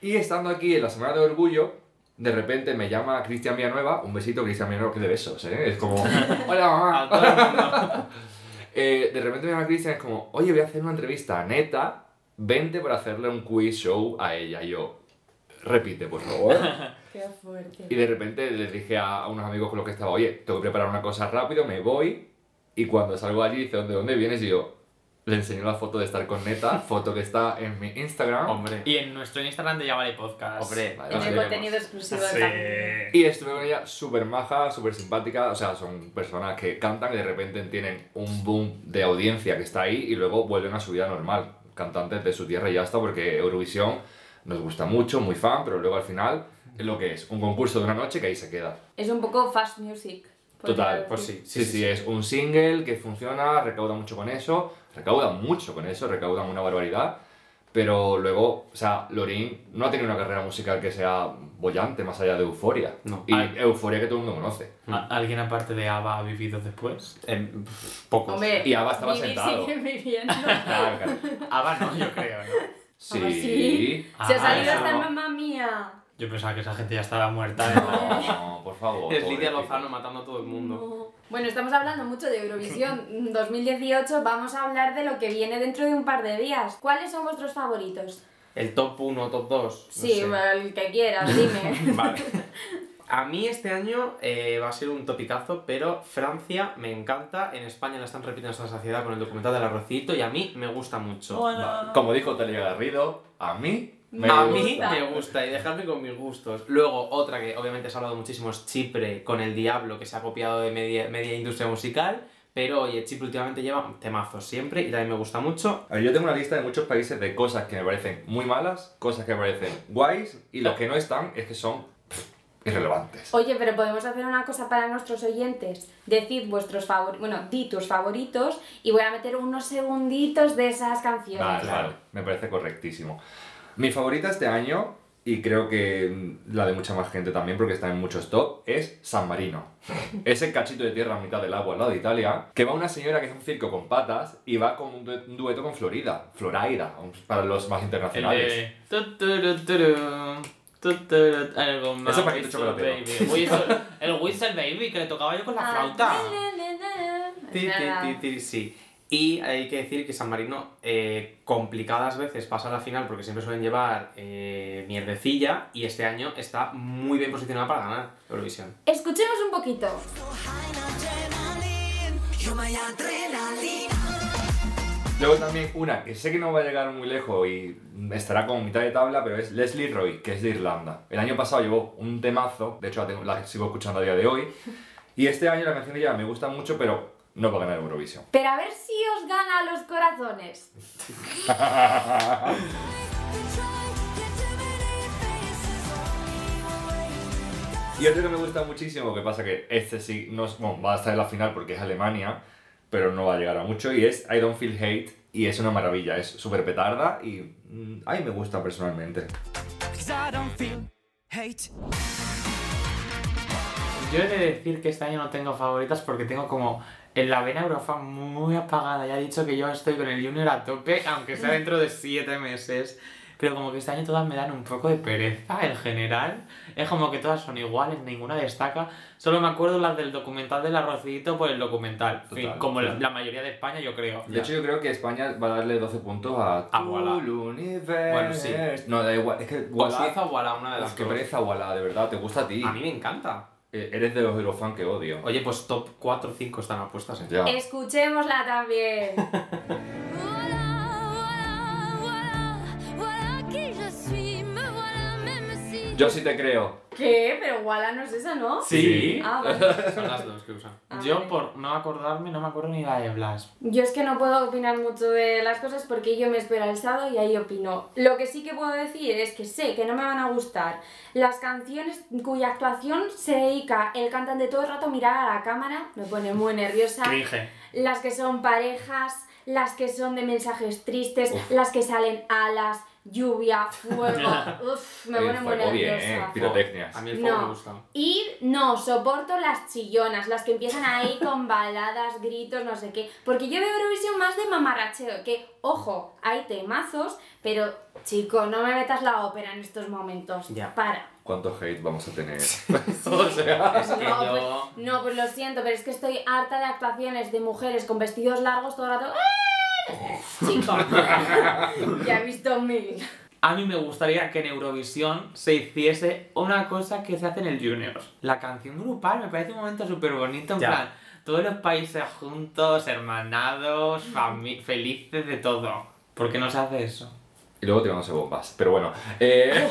D: y estando aquí en la Semana de Orgullo, de repente me llama Cristian Villanueva, un besito Cristian Villanueva, que de besos, ¿eh? Es como, hola mamá.
B: A todo el mundo.
D: Eh, de repente me llama Cristian es como, oye, voy a hacer una entrevista a Neta, vente para hacerle un quiz show a ella. Y yo, repite, por favor.
A: Qué fuerte.
D: y de repente les dije a, a unos amigos con los que estaba, oye, tengo que preparar una cosa rápido, me voy. Y cuando salgo allí, dice, ¿de dónde vienes? Y yo, le enseño la foto de estar con Neta, foto que está en mi Instagram.
C: Hombre.
B: Y en nuestro Instagram de Yavale Podcast.
C: Hombre,
D: Vale,
A: En
D: vale,
A: el
D: veremos.
A: contenido exclusivo
B: Sí.
A: también.
D: Y estuve con ella súper maja, súper simpática. O sea, son personas que cantan y de repente tienen un boom de audiencia que está ahí y luego vuelven a su vida normal. Cantantes de su tierra y ya está, porque Eurovisión nos gusta mucho, muy fan, pero luego al final es lo que es: un concurso de una noche que ahí se queda.
A: Es un poco fast music.
D: Total,
A: podría
D: pues
A: decir.
D: sí. Sí, sí, es un single que funciona, recauda mucho con eso, recauda mucho con eso, recauda una barbaridad. Pero luego, o sea, Lorin no ha tenido una carrera musical que sea bollante más allá de Euforia.
C: No.
D: Y
B: Ah.
D: Euforia que todo el mundo conoce.
B: ¿A- ¿Alguien aparte de Ava ha vivido después?
C: Em, pf, pocos.
A: Hombre,
D: Y Abba estaba
A: vivir
D: sentado.
A: sigue viviendo.
D: Claro, claro.
B: Ava no, yo creo. ¿no?
D: Sí.
A: Ah, sí.
B: Ah,
A: Se ha salido
B: eso
A: hasta
B: no.
A: mamá mía.
B: Yo pensaba que esa gente ya estaba muerta. ¿eh?
D: No, por favor.
C: Es Lidia
D: pobrecito.
C: Lozano matando a todo el mundo.
A: No. Bueno, estamos hablando mucho de Eurovisión 2018. Vamos a hablar de lo que viene dentro de un par de días. ¿Cuáles son vuestros favoritos?
C: El top 1, top 2.
A: Sí, el que quieras, dime.
C: Vale. A mí este año eh, va a ser un topicazo, pero Francia me encanta. En España la están repitiendo hasta la saciedad con el documental del arrocito y a mí me gusta mucho.
D: Va, Como dijo Talia Garrido, a mí me
C: a
D: gusta.
C: mí me gusta y dejarme con mis gustos. Luego, otra que obviamente se ha hablado muchísimo es Chipre con El Diablo, que se ha copiado de media, media industria musical. Pero oye, Chipre últimamente lleva temazos siempre y también me gusta mucho.
D: A ver, Yo tengo una lista de muchos países de cosas que me parecen muy malas, cosas que me parecen guays y los que no están es que son pff, irrelevantes.
A: Oye, pero podemos hacer una cosa para nuestros oyentes. Decid vuestros favoritos, bueno, di tus favoritos y voy a meter unos segunditos de esas canciones.
D: Vale, vale, me parece correctísimo. Mi favorita este año, y creo que mm, la de mucha más gente también porque está en muchos top, es San Marino. Ese cachito de tierra a mitad del agua al lado de Italia, que va una señora que es un circo con patas y va con un due- un dueto con Florida, Floraida, para los más
B: El
D: internacionales.
B: de... tu, turu, turu, tu, turu, algo más.
D: Eso para que te
B: Whistle
D: chocolatero.
B: Baby. Uy, eso- el Whistle Baby que le tocaba
A: Ah,
B: yo con la flauta.
C: Ti, ti, ti,
A: flauta.
C: ti, sí. Y hay que decir que San Marino eh, complicadas veces pasa a la final porque siempre suelen llevar eh, mierdecilla y este año está muy bien posicionada para ganar Eurovisión.
A: Escuchemos un poquito.
D: Luego también una que sé que no va a llegar muy lejos y estará con mitad de tabla, pero es Leslie Roy, que es de Irlanda. El año pasado llevó un temazo, de hecho la, tengo- la sigo escuchando a día de hoy. Y este año la canción de ella me gusta mucho, pero no va a ganar Eurovisión.
A: Pero a ver si os gana los corazones.
D: Y otro que me gusta muchísimo, que pasa que este sí no es- bueno, va a estar en la final porque es Alemania, pero no va a llegar a mucho, y es I Don't Feel Hate, y es una maravilla, es súper petarda y mm, ay, me gusta personalmente.
B: Yo he de decir que este año no tengo favoritas porque tengo como en la vena Eurofan muy apagada. Ya he dicho que yo estoy con el Junior a tope, aunque sea dentro de 7 meses. Pero como que este año todas me dan un poco de pereza en general. Es como que todas son iguales, ninguna destaca. Solo me acuerdo las del documental del arrocito por el documental. En fin,
D: Total,
B: como la,
D: total.
B: la mayoría de España, yo creo.
D: De hecho, yo creo que España va a darle 12 puntos a
B: A Walla.
D: Todo el universo.
C: Bueno, sí.
D: No, da igual. Es que
C: O
D: Walla.
C: Suiza o Walla, una de
D: Uf,
C: las
D: qué
C: dos.
D: pereza Walla, de verdad, te gusta a ti.
C: A mí me encanta.
D: eh, eres de los Eurofan que odio.
C: Oye, pues top 4 o 5 están apuestas, ¿eh?
D: Ya.
A: Escuchémosla también.
F: Voilà, voilà, voilà qui je suis, me voilà même si.
D: Yo sí te creo.
A: ¿Qué? Pero Wala no es esa, ¿no?
B: Sí.
A: Ah, vale.
C: Son las dos que usan.
A: Ah,
B: Yo,
A: vale.
B: por no acordarme, no me acuerdo ni la de Blas.
A: Yo es que no puedo opinar mucho de las cosas porque yo me espero al sábado y ahí opino. Lo que sí que puedo decir es que sé que no me van a gustar las canciones cuya actuación se dedica el cantante todo el rato a mirar a la cámara, me pone muy nerviosa.
B: Cringe.
A: Las que son parejas, las que son de mensajes tristes,
D: Uf.
A: las que salen alas, lluvia, fuego. Uf, me
D: Oye,
A: pone muy
D: fuego bien,
A: nerviosa.
D: tío. Pirotecnias.
C: A mí el fuego
A: No.
C: me gusta.
A: Y no soporto las chillonas, las que empiezan ahí con baladas, gritos, no sé qué. Porque yo veo Eurovisión más de mamarracheo, que, ojo, hay temazos, pero chico, no me metas la ópera en estos momentos.
C: Ya.
A: Para.
D: ¿Cuánto hate vamos a tener? o sea,
C: Es que
A: no,
C: yo.
A: Pues, no, pues lo siento, pero es que estoy harta de actuaciones de mujeres con vestidos largos todo el rato. ¡Ah! Chico, ya he visto mil.
B: A mí me gustaría que en Eurovisión se hiciese una cosa que se hace en el Juniors. La canción grupal me parece un momento súper bonito, en
C: Ya.
B: plan, todos los países juntos, hermanados, fami- felices de todo. ¿Por qué no se hace eso?
D: y luego tiramos bombas. Pero bueno. Eh...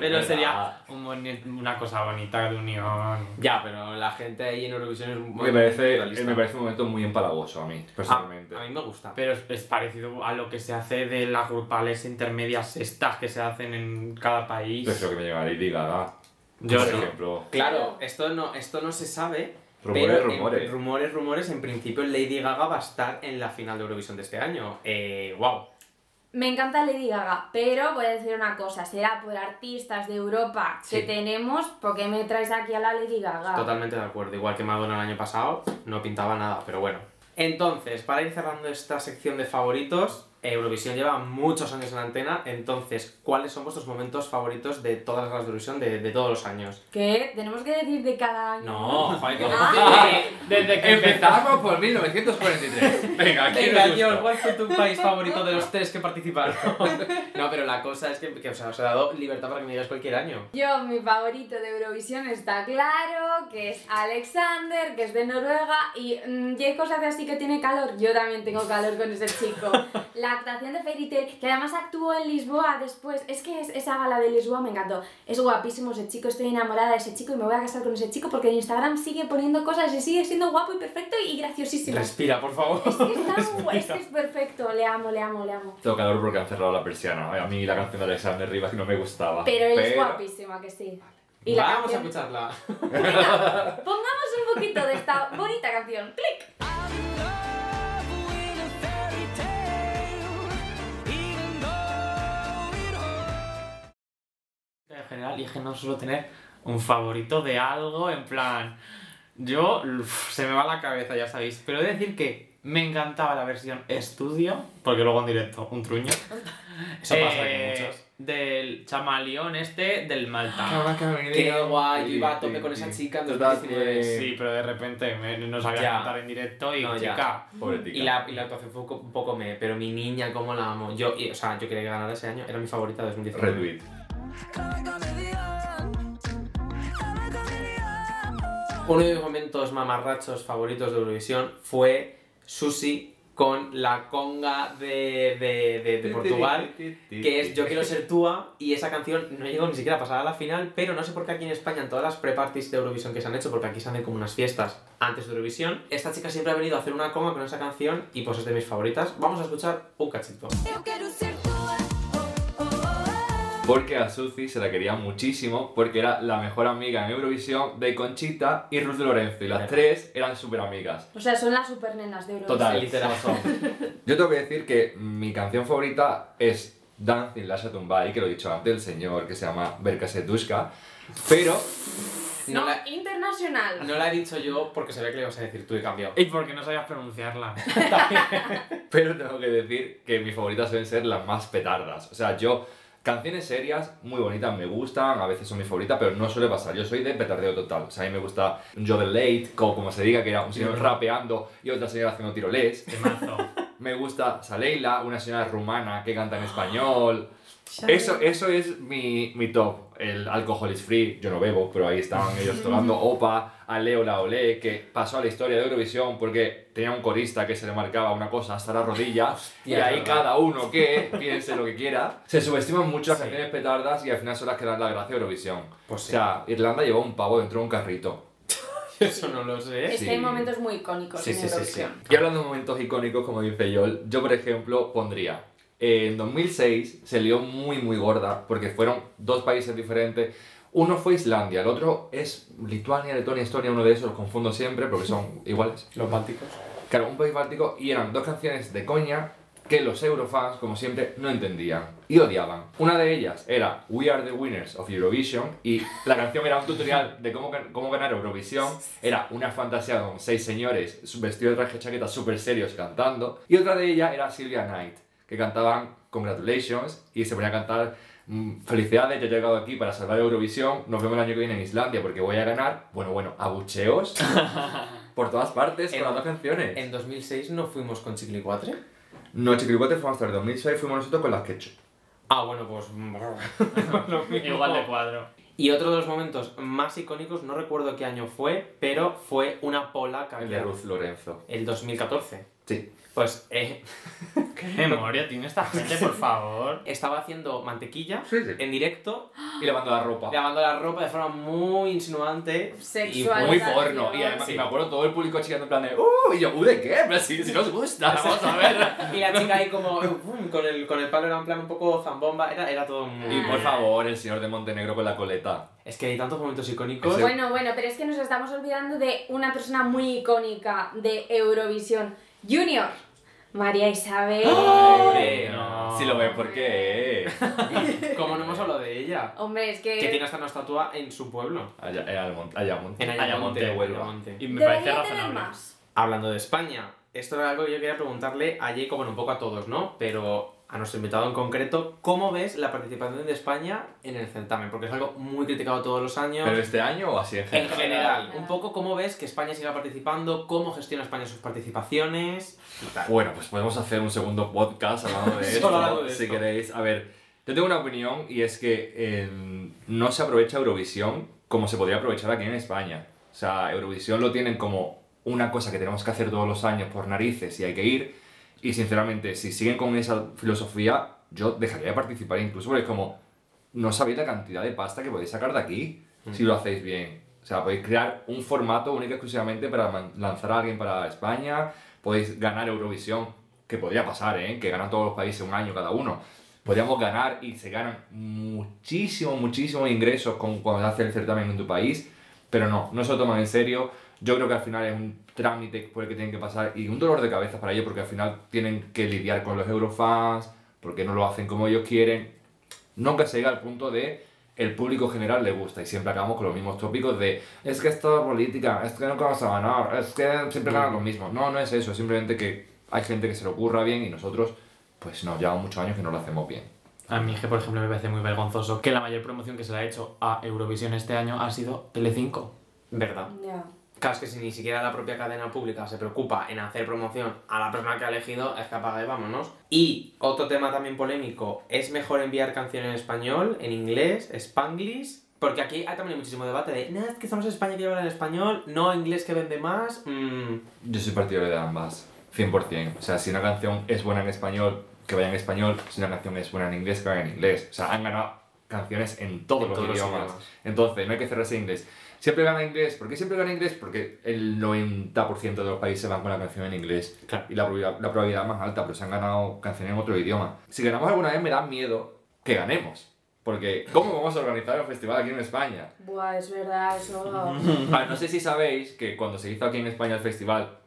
B: Pero sería un boni- una cosa bonita de unión.
C: Ya, pero la gente ahí en Eurovisión es muy
D: Me parece, eh,
C: individualista.
D: me parece un momento muy empalagoso a mí, personalmente.
C: A mí me gusta.
B: Pero es, es parecido a lo que se hace de las grupales intermedias estas que se hacen en cada país.
D: Prefiero que me llegara Lady Gaga,
B: Yo
D: por
B: no.
D: ejemplo.
C: Claro, esto no, esto no se sabe.
D: Rumores,
C: pero en-
D: rumores.
C: rumores, rumores. En principio, Lady Gaga va a estar en la final de Eurovisión de este año. Eh, wow.
A: Me encanta Lady Gaga, pero voy a decir una cosa, será por artistas de Europa que
C: Sí.
A: tenemos, porque me traes aquí a la Lady Gaga.
C: Totalmente de acuerdo. Igual que Madonna el año pasado, no pintaba nada, pero bueno. Entonces, para ir cerrando esta sección de favoritos, Eurovisión lleva muchos años en la antena. Entonces, ¿cuáles son vuestros momentos favoritos de todas las galas de Eurovisión de, de todos los años?
A: ¿Qué? Tenemos que decir de cada año.
C: No, joder, que-
B: Desde que
D: Empezamos por 1943. Venga, aquí
C: Venga,
D: nos
C: Dios,
D: gusta.
C: ¿cuál fue tu país favorito de los tres que participaron? no, pero la cosa es que, que, o sea, os he dado libertad para que me digas cualquier año.
A: Yo, mi favorito de Eurovisión está claro, que es Alexander, que es de Noruega, y mm, Jacob se hace así que tiene calor. Yo también tengo calor con ese chico. La actuación de Fairy Tail, que además actuó en Lisboa después. Es que es- esa gala de Lisboa me encantó. Es guapísimo ese chico, estoy enamorada de ese chico y me voy a casar con ese chico porque en Instagram sigue poniendo cosas y sigue siendo guapo y perfecto y graciosísimo. Es
C: Respira, por favor.
A: que, está guay, es que es perfecto, le amo, le amo, le amo.
D: Tengo calor porque han cerrado la persiana. A mí la canción de Alexander Rivas no me gustaba.
A: Pero él es guapísimo, ¿a que sí. Y la
C: Vamos a
A: canción-
C: escucharla.
A: Venga, pongamos un poquito de esta bonita canción. ¡Clic!
F: I'm in love with a fairy tale, even though it
B: En general, y es que no suelo tener un favorito de algo, en plan. Yo. uf, se me va la cabeza, ya sabéis. Pero he de decir que me encantaba la versión estudio, porque luego en directo, un truño.
C: Eso pasa
B: eh,
C: que muchos.
B: Del chamaleón este del
D: Ah,
B: Malta.
C: Qué guay, yo iba a tope con esa chica en 2019.
B: Sí, pero de repente me- no sabía
C: Ya.
B: cantar en directo y
C: No, ya.
B: chica.
D: Pobre
C: Y la, y la actuación fue un poco- un poco me, pero mi niña, cómo la amo. Yo, y- o sea, yo quería que ganara ese año, era mi favorita de 2019.
D: Redwood.
C: Uno de mis momentos mamarrachos favoritos de Eurovisión fue Susi con la conga de, de- de- de Portugal, que es Yo quiero ser Túa, y esa canción no llegó ni siquiera a pasar a la final, pero no sé por qué aquí en España, en todas las pre-parties de Eurovisión que se han hecho, porque aquí se hacen como unas fiestas antes de Eurovisión, esta chica siempre ha venido a hacer una conga con esa canción y pues es de mis favoritas. Vamos a escuchar un cachito.
F: Eu quero ser tua. Oh, oh, oh.
D: Porque a Suzy se la quería muchísimo porque era la mejor amiga en Eurovisión de Conchita y Ruth Lorenzo. Y las
C: Verdad.
D: tres eran súper amigas.
A: O sea, son las supernenas de Eurovisión.
D: Total,
C: literal.
D: son- son. Yo tengo que decir que mi canción favorita es Dancing Lasha Tumbai, que lo he dicho antes, el señor que se llama Berka Setushka. Pero
A: No,
C: No la,
A: internacional.
C: no la he dicho yo porque sabía que le ibas a decir tú y cambió.
B: Y porque no sabías pronunciarla.
D: Pero tengo que decir que mis favoritas suelen ser las más petardas. O sea, yo, canciones serias, muy bonitas, me gustan, a veces son mis favoritas, pero no suele pasar. Yo soy de petardeo total. O sea, a mí me gusta un Jodel Late, como, como se diga, que era un señor rapeando y otra señora haciendo tirolés.
B: Temazo.
D: Me gusta Saleila, una señora rumana que canta en español. Eso, eso es mi, mi top. el alcohol is free, yo no bebo, pero ahí estaban ellos tocando Opa, a Leo la Olé, que pasó a la historia de Eurovisión porque tenía un corista que se le marcaba una cosa hasta la rodilla y
C: es
D: ahí
C: verdad.
D: cada uno que piense lo que quiera. Se subestiman mucho las canciones petardas y al final son las que dan la gracia a Eurovisión.
C: Pues
D: O sea, Irlanda llevó un pavo dentro de un carrito.
C: Eso no lo sé.
A: Es que hay momentos muy icónicos
C: Sí,
A: en
C: sí, sí,
A: Eurovisión.
D: Y hablando de momentos icónicos, como dice Yol, yo por ejemplo pondría. eh, en 2006 se lió muy, muy gorda porque fueron dos países diferentes. Uno fue Islandia, el otro es Lituania, Letonia, Estonia, uno de esos, los confundo siempre porque son iguales.
C: Los bálticos.
D: Claro, un país báltico y eran dos canciones de coña que los eurofans, como siempre, no entendían y odiaban. Una de ellas era We Are the Winners of Eurovision y la canción era un tutorial de cómo, gan- cómo ganar Eurovisión. Era una fantasía con seis señores su- vestidos de traje y chaqueta súper serios cantando. Y otra de ellas era Sylvia Knight, que cantaban Congratulations y se ponía a cantar mm, Felicidades, yo he llegado aquí para salvar Eurovisión. Nos vemos el año que viene en Islandia porque voy a ganar. Bueno, bueno, abucheos por todas partes con
C: En-
D: las dos canciones.
C: En 2006 no fuimos con Chiquilicuatre.
D: No, Chiquilicuatre fue hasta el 2006, fuimos nosotros con las Quecho.
C: Ah, bueno, pues. lo mismo.
B: Igual de cuadro.
C: Y otro de los momentos más icónicos, no recuerdo qué año fue, pero fue una polaca.
D: El
C: que-
D: de Ruth Lorenzo.
C: El 2014.
D: Sí.
C: Pues eh,
B: ¿Qué memoria tiene esta gente, por favor?
C: estaba haciendo mantequilla
D: Sí, sí.
C: en directo,
D: Y lavando la ropa.
C: lavando la ropa de forma muy insinuante. y
A: Sexual.
D: Muy porno. Y además,
A: Sí.
D: y me acuerdo todo el público chillando en plan de, ¡Uh! Y yo, ¿uh de qué? Pero si, si nos gusta, vamos a ver.
C: Y la chica ahí como ¡pum! con el con el palo era en plan un poco zambomba, era, era todo muy
A: Mm.
D: Y por favor, el señor de Montenegro con la coleta.
C: Es que hay tantos momentos icónicos.
D: Ese-
A: Bueno, bueno, pero es que nos estamos olvidando de una persona muy icónica de Eurovisión Junior, María Isabel.
C: ¡Ah!
D: Hombre,
B: no.
D: Si lo ves, ¿por qué?
C: Como no hemos hablado de ella,
A: Hombre, es
C: que tiene
A: que
C: hasta una estatua en su pueblo,
D: Allá, en Ayamonte. Ayamonte.
C: en Ayamonte,
D: Huelva.
C: Ayamonte.
B: Y me parece
A: debería tener
B: razonable.
A: más.
C: Hablando de España, esto era algo que yo quería preguntarle a Jacob, bueno, un poco a todos, ¿no? Pero a nuestro invitado en concreto, ¿cómo ves la participación de España en el certamen? Porque es algo muy criticado todos los años.
D: ¿Pero este año o así en
C: En
D: general?
C: general, un poco cómo ves que España siga participando, cómo gestiona España sus participaciones y tal.
D: Bueno, pues podemos hacer un segundo podcast hablando de
C: Solo
D: esto,
C: hablando de
D: si
C: esto.
D: queréis. A ver, yo tengo una opinión y es que eh, no se aprovecha Eurovisión como se podría aprovechar aquí en España. O sea, Eurovisión lo tienen como una cosa que tenemos que hacer todos los años por narices y hay que ir. Y sinceramente, si siguen con esa filosofía, yo dejaría de participar incluso porque es como, no sabéis la cantidad de pasta que podéis sacar de aquí si lo hacéis bien. O sea, podéis crear un formato único y exclusivamente para man- lanzar a alguien para España, podéis ganar Eurovisión, que podría pasar, ¿eh? que ganan todos los países un año cada uno. Podríamos ganar y se ganan muchísimos, muchísimos ingresos con, cuando haces el certamen en tu país, pero no, no se lo toman en serio. Yo creo que al final es un trámite por el que tienen que pasar y un dolor de cabeza para ellos porque al final tienen que lidiar con los eurofans, porque no lo hacen como ellos quieren nunca se llega al punto de el público general le gusta y siempre acabamos con los mismos tópicos de es que esto es política, es que nunca vamos a ganar, es que siempre ganan los mismos. No, no es eso, es simplemente que hay gente que se lo ocurra bien y nosotros, pues no, llevamos muchos años que no lo hacemos bien.
B: A mí es que, por ejemplo, me parece muy vergonzoso que la mayor promoción que se le ha hecho a Eurovisión este año ha sido Telecinco.
C: ¿Verdad?
A: Ya.
C: Claro, es que si ni siquiera la propia cadena pública se preocupa en hacer promoción a la persona que ha elegido, es que apaga y vámonos. Y otro tema también polémico, ¿es mejor enviar canciones en español, en inglés, spanglish? Porque aquí hay también muchísimo debate de, no, es que estamos en España que hablan en español, no inglés que vende más. mm,
D: Yo soy partidario de ambas, 100%. O sea, si una canción es buena en español, que vaya en español, si una canción es buena en inglés, que vaya en inglés. O sea, han ganado canciones en todos,
C: En
D: los,
C: todos los
D: idiomas.
C: idiomas.
D: Entonces, no hay que cerrarse a inglés. Siempre gana inglés. ¿Por qué siempre gana inglés? Porque el 90% de los países van con la canción en inglés.
C: Claro.
D: Y la probabilidad, la probabilidad más alta, pero se han ganado canciones en otro idioma. Si ganamos alguna vez, me da miedo que ganemos. Porque, ¿cómo vamos a organizar un festival aquí en España?
A: Buah, es verdad, eso.
D: Ah, no sé si sabéis que cuando se hizo aquí en España el festival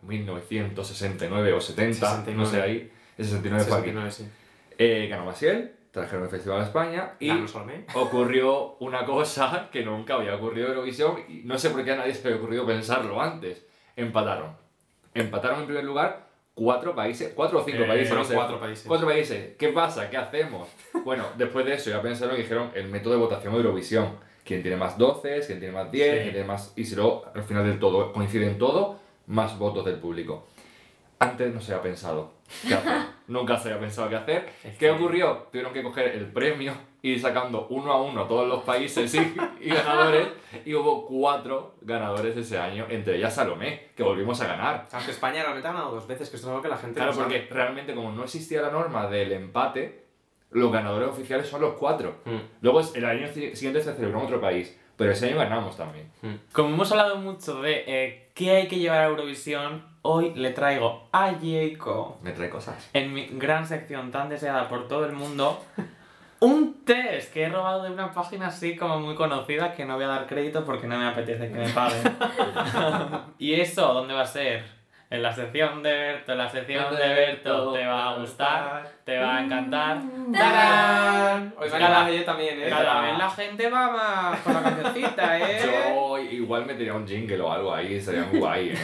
D: 1969 o 70, no
C: 69.
D: sé ahí, el 69 fue aquí.
C: 69, sí.
D: Eh, ganó Maciel, trajeron el festival a España y Eh,
C: Ganó Solomé.
D: ocurrió una cosa que nunca había ocurrido en Eurovisión y no sé por qué a nadie se le había ocurrido pensarlo antes. Empataron. Empataron en primer lugar cuatro países, cuatro o cinco
B: Eh,
D: países.
B: fueron
D: no sé.
C: cuatro países.
D: Cuatro países. ¿Qué pasa? ¿Qué hacemos? Bueno, después de eso ya pensaron y dijeron el método de votación de Eurovisión. ¿Quién tiene más 12? ¿Quién tiene más 10?
B: Sí.
D: ¿Quién tiene más...? Y si luego, al final del todo, coincide en todo, más votos del público. Antes no se había pensado. ¿Qué hacer? Nunca se había pensado qué hacer.
C: Es
D: ¿Qué
C: que-
D: ocurrió? Tuvieron que coger el premio y ir sacando uno a uno todos los países y, y ganadores. Y hubo cuatro ganadores ese año, entre ellas Salomé, que volvimos a ganar.
C: O sea, que España la meta ha ganado dos veces, que esto es algo que la gente
D: Claro,
C: no sabe.
D: porque realmente como no existía la norma del empate, los ganadores oficiales son los cuatro.
C: Mm,
D: Luego el año si- siguiente se celebró en otro país, pero ese año ganamos también.
B: Como hemos hablado mucho de eh, qué hay que llevar a Eurovisión, hoy le traigo a Jacob,
D: Me trae cosas.
B: en mi gran sección tan deseada por todo el mundo, un test que he robado de una página así como muy conocida que no voy a dar crédito porque no me apetece que me paguen. ¿Y eso dónde va a ser? En la sección de Berto, la sección de Berto, te va a gustar, te va a encantar. ¡Tarán!
C: Hoy
B: Cada-
C: ganaba yo también, ¿eh?
B: Cada vez la gente va más con la cancioncita, ¿eh?
D: Yo igual me tenía un jingle o algo ahí, sería muy guay, ¿eh?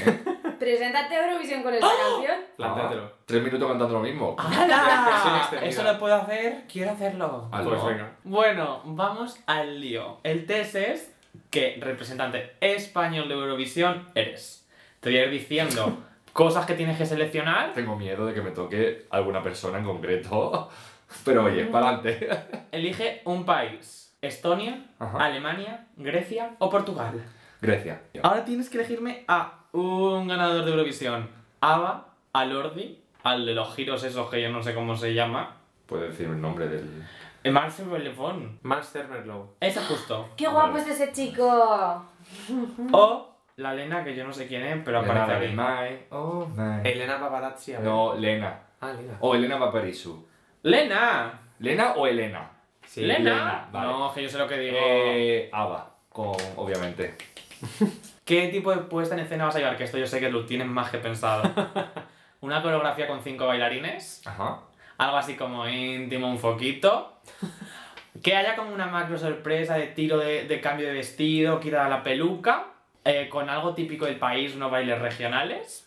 A: Preséntate a Eurovisión con
C: ¡Ah!
A: esta canción.
C: Plántatelo.
D: Tres minutos cantando lo mismo.
C: Versión
B: ¡Hala!
C: extendida.
B: Ah, ¿Eso lo puedo hacer? Quiero hacerlo.
D: Hazlo.
C: Pues venga.
B: Bueno, vamos al lío. El test es que representante español de Eurovisión eres. Te voy a ir diciendo cosas que tienes que seleccionar.
D: Tengo miedo de que me toque alguna persona en concreto, pero oye, para adelante.
B: Elige un país. Estonia,
D: Ajá.
B: Alemania, Grecia o Portugal.
D: Grecia.
B: Ahora tienes que elegirme a un ganador de Eurovisión. Ava, Alordi, al de los giros esos que yo no sé cómo se llama.
D: Puedes decir el nombre del...
B: eh, Marcel Belefond.
C: Master Merlow.
B: Ese es justo.
A: ¡Qué guapo es ese chico!
B: O la Lena, que yo no sé quién es, pero
D: Lena
B: aparece aquí.
D: Darimai, oh my.
C: Elena Paparazzi. a ver.
D: No, Lena.
C: Ah, Elena.
D: O Elena Paparisu.
B: ¡Lena!
D: ¿Lena o Elena?
C: Sí.
B: Lena.
D: Lena, vale.
B: No, que yo sé lo que digo.
D: Eh, Ava, con, obviamente.
B: ¿Qué tipo de puesta en escena vas a llevar? Que esto yo sé que lo tienes más que pensado. Una coreografía con cinco bailarines,
D: Ajá.
B: algo así como íntimo, un foquito. Que haya como una macro sorpresa de tiro de, de cambio de vestido, quita la peluca, eh, con algo típico del país, unos bailes regionales.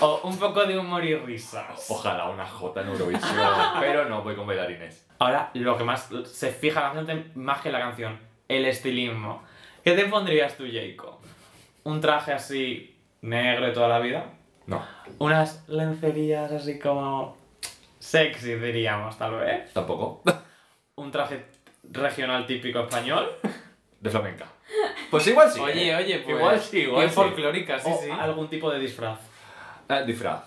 B: O un poco de humor y risas.
D: Ojalá una J en Eurovisión, pero no, voy con bailarines.
B: Ahora, lo que más se fija la gente más que la canción, el estilismo. ¿Qué te pondrías tú, Jacob? ¿Un traje así negro de toda la vida?
D: No,
B: Unas lencerías así como sexy, diríamos, tal vez.
D: tampoco.
B: Un traje regional típico español.
D: De flamenca. Pues igual sí.
C: Oye,
D: ¿eh?
C: oye, pues.
D: Igual sí, igual
C: bien
D: sí.
C: folclórica, sí,
B: o
C: sí.
B: algún tipo de disfraz.
D: Eh, disfraz.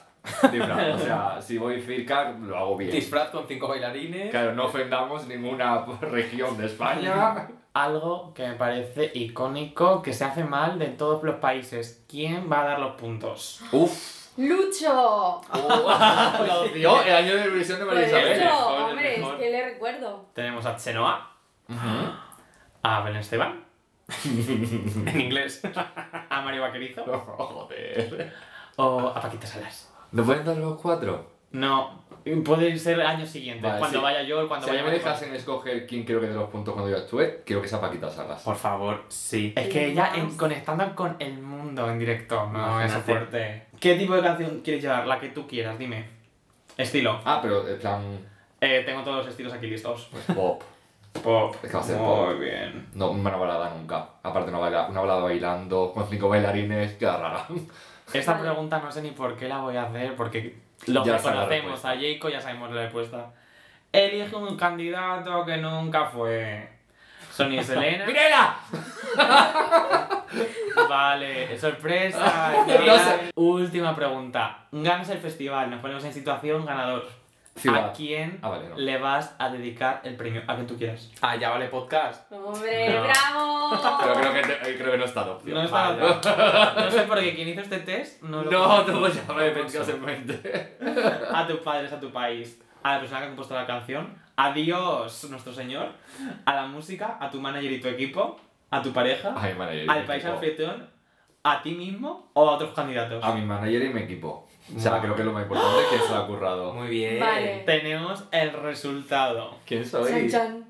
D: Disfraz. O sea, si voy circa, lo hago bien.
C: Disfraz con cinco bailarines.
D: Claro, no ofendamos ninguna región de España.
B: Algo que me parece icónico, que se hace mal de todos los países. ¿Quién va a dar los puntos?
D: Uf.
A: ¡Lucho!
C: Oh.
D: Lo dio el año de Eurovisión de María
A: Pues
D: Isabel.
A: Lucho,
B: mejor, el
A: hombre, es
B: mejor.
A: que le recuerdo.
B: Tenemos a Chenoa,
D: Ujú.
B: a Belén Esteban,
C: En inglés.
B: a Mario Vaquerizo
D: Joder.
B: o a Paquita Salas.
D: ¿No pueden dar los cuatro?
B: No, puede ser años siguientes.
D: Vale,
B: cuando
D: sí.
B: vaya yo, cuando
D: si a mí
B: vaya
D: me
B: mi hermano.
D: dejasen escoger quién creo que dé los puntos cuando yo actúe, quiero que sea Paquita Salas.
C: Por favor, sí.
B: Es que ella en- conectando con el mundo en directo. No,
C: Imagínate.
B: eso es fuerte. ¿Qué tipo de canción quieres llevar? La que tú quieras, dime. Estilo.
D: Ah, pero en plan
B: Eh, tengo todos los estilos aquí listos.
D: pues, pop.
B: Pop.
D: Es que va a ser
B: Muy
D: pop.
B: bien.
D: No, una balada nunca. Aparte, una, baila- una balada bailando con cinco bailarines, queda rara.
B: Esta
A: Vale.
B: pregunta no sé ni por qué la voy a hacer, porque los
D: Ya
B: que
D: sabes la
B: conocemos
D: respuesta.
B: a Jacob ya sabemos la respuesta. Elige un candidato que nunca fue. Sony y Selena.
D: ¡Mirela!
B: Vale, sorpresa.
D: No sé.
B: Última pregunta. Ganas el festival, nos ponemos en situación ganador.
D: Ciudad.
B: ¿A quién
D: Ah, vale, no.
B: le vas a dedicar el premio? A que tú quieras.
C: Ah, ya vale podcast.
A: ¡Hombre,
B: No.
A: bravo!
D: Pero creo que, te- creo que no está adopción.
B: No, está
C: vale.
B: no sé por qué quien hizo este test no lo
D: No, no, pues ya me he pensado en mente.
B: A tus padres, a tu país, a la persona que ha compuesto la canción, a Dios, nuestro Señor, a la música, a tu manager y tu equipo, a tu pareja,
D: A mi manager. y mi
B: al país
D: equipo.
B: anfitrión, a ti mismo o a otros candidatos.
D: A mi manager y mi equipo. O sea, creo que lo más importante es que se lo ha currado.
C: Muy bien.
A: Vale.
B: Tenemos el resultado.
D: ¿Quién
A: Chan,
D: soy?
A: chan.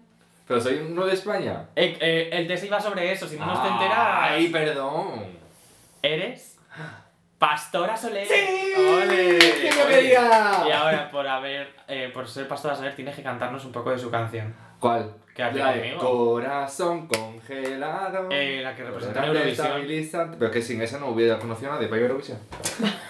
D: Pero soy uno de España.
B: Eh, eh, el test iba sobre eso, si no nos te
D: Ay,
B: enteras.
D: perdón.
B: Eres Pastora Soler.
D: ¡Ole! ¡Qué yo quería!
B: Y ahora por haber, eh, por ser Pastora Soler, tienes que cantarnos un poco de su canción.
D: ¿Cuál?
B: Quédate
D: La de
B: conmigo.
D: corazón congelado.
B: Eh, la que representa
D: Corazón
B: Eurovisión.
D: estabilizante. Pero es que sin esa no hubiera conocido a nadie para Eurovisión.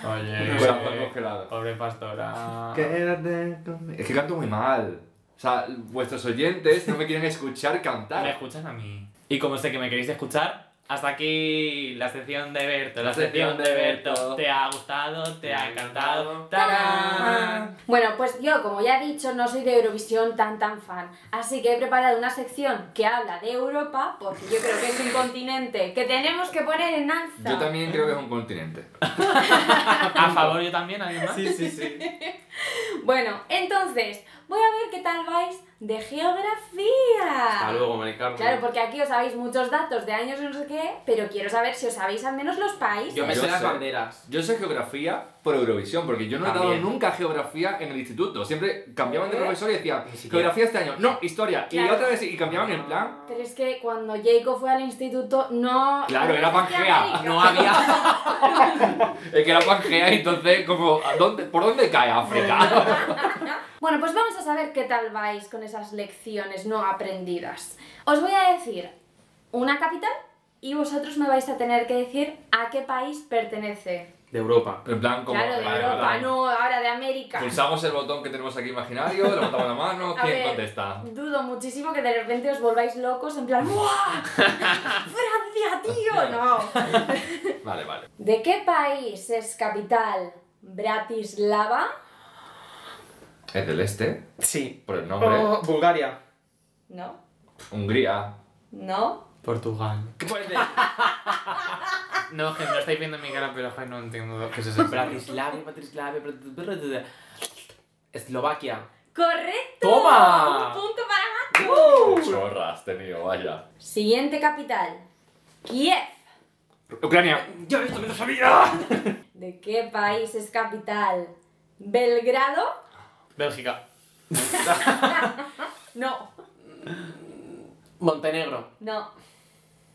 B: Oye, pues,
D: Corazón congelado.
B: pobre ah. pastora.
D: Quédate conmigo. Es que canto muy mal. O sea, vuestros oyentes no me quieren escuchar
B: Me
D: cantar.
B: escuchan a mí. Y como sé que me queréis escuchar, hasta aquí la sección de Berto, la
D: La
B: sección
D: sección
B: de
D: de
B: Berto.
D: Berto.
B: Te ha gustado, te ha
D: Me ha
B: encantado.
D: encantado.
B: ¡Tarán!
A: Bueno, pues yo, como ya he dicho, no soy de Eurovisión tan tan fan, así que he preparado una sección que habla de Europa, porque yo creo que es un continente que tenemos que poner en alza.
D: Yo también creo que es un continente.
B: A favor, yo también, ¿alguien más?
C: Sí, sí, sí.
A: Bueno, entonces, voy a ver qué tal vais de geografía.
C: Hasta Ah, luego, Mari Carmen.
A: Claro, porque aquí os sabéis muchos datos de años no sé qué, pero quiero saber si os sabéis al menos los países.
C: Yo me
D: Yo
C: sé las
D: sé.
C: banderas.
D: Yo sé geografía por Eurovisión, porque yo no he
C: También.
D: dado nunca geografía en el instituto. Siempre cambiaban de profesor y decían,
C: Ni siquiera.
D: geografía este año, no, historia. Y
A: ¿Eh? Claro.
D: otra vez, y cambiaban en plan.
A: Pero es que cuando Jacob fue al instituto no...
D: Claro, era Pangea.
A: No
C: No había.
D: Es eh, que era Pangea y entonces, como, ¿a dónde, ¿por dónde cae África?
A: Bueno, pues vamos a saber qué tal vais con esas lecciones no aprendidas. Os voy a decir una capital y vosotros me vais a tener que decir a qué país pertenece.
C: De Europa.
D: en plan, como. ¿eh?
A: claro, de
D: vale,
A: Europa,
D: vale.
A: no ahora de América.
D: Pulsamos el botón que tenemos aquí imaginario, levantamos la mano,
A: A
D: ¿quién
A: ver,
D: contesta?
A: Dudo muchísimo que de repente os volváis locos en plan ¡Buah! ¡Francia, tío! No.
D: Vale, vale.
A: ¿De qué país es capital Bratislava?
D: Es del este,
C: Sí.
D: por el nombre.
A: Oh.
C: Bulgaria.
A: No.
D: Hungría.
A: No.
B: Portugal.
D: Pues
B: No, que no estáis viendo mi cara, pero joder, no entiendo lo que es eso.
C: Bratislava, Bratislava, Bratislava. Eslovaquia.
A: ¡Correcto!
C: ¡Toma!
A: Un punto para Matt.
D: Chorras, tenido, vaya.
A: Siguiente capital. Kiev.
D: Ucrania.
C: ¡Yo esto me lo sabía!
A: ¿De qué país es capital? ¿Belgrado?
B: Bélgica.
A: No,
C: Montenegro.
A: no,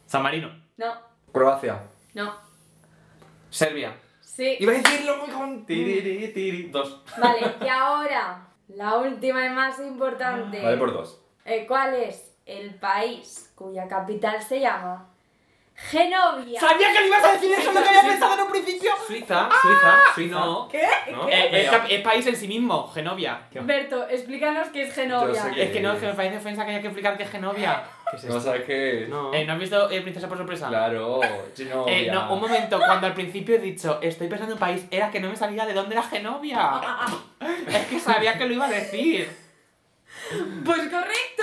B: San Marino.
A: no,
D: Croacia.
A: no.
C: Serbia.
A: Sí.
D: Iba a decirlo con.
C: Tiri, tiri. Dos.
A: Vale, y ahora, la última y más importante.
D: Vale, por dos.
A: Eh, ¿Cuál es el país cuya capital se llama Genovia?
C: ¡Sabía que le ibas a decir eso! ¡Lo que había pensado en un principio! Ah. Suiza, Suiza, Suiza. No.
A: ¿Qué?
C: No.
B: Eh,
C: Eh,
B: es, cap- es país en sí mismo, Genovia.
A: Berto, explícanos qué es Genovia.
D: Yo sé
B: Es que no, es que me parece ofensa que haya que explicar que es Genovia.
C: ¿Qué es
D: No
C: esto?
D: sabes qué.
C: No.
B: Eh, ¿No has visto eh, Princesa por sorpresa?
D: Claro, chino.
B: Eh, no, un momento, cuando al principio he dicho estoy pensando en país, era que no me salía de dónde era Genovia. es que sabía que lo iba a decir.
A: Pues correcto.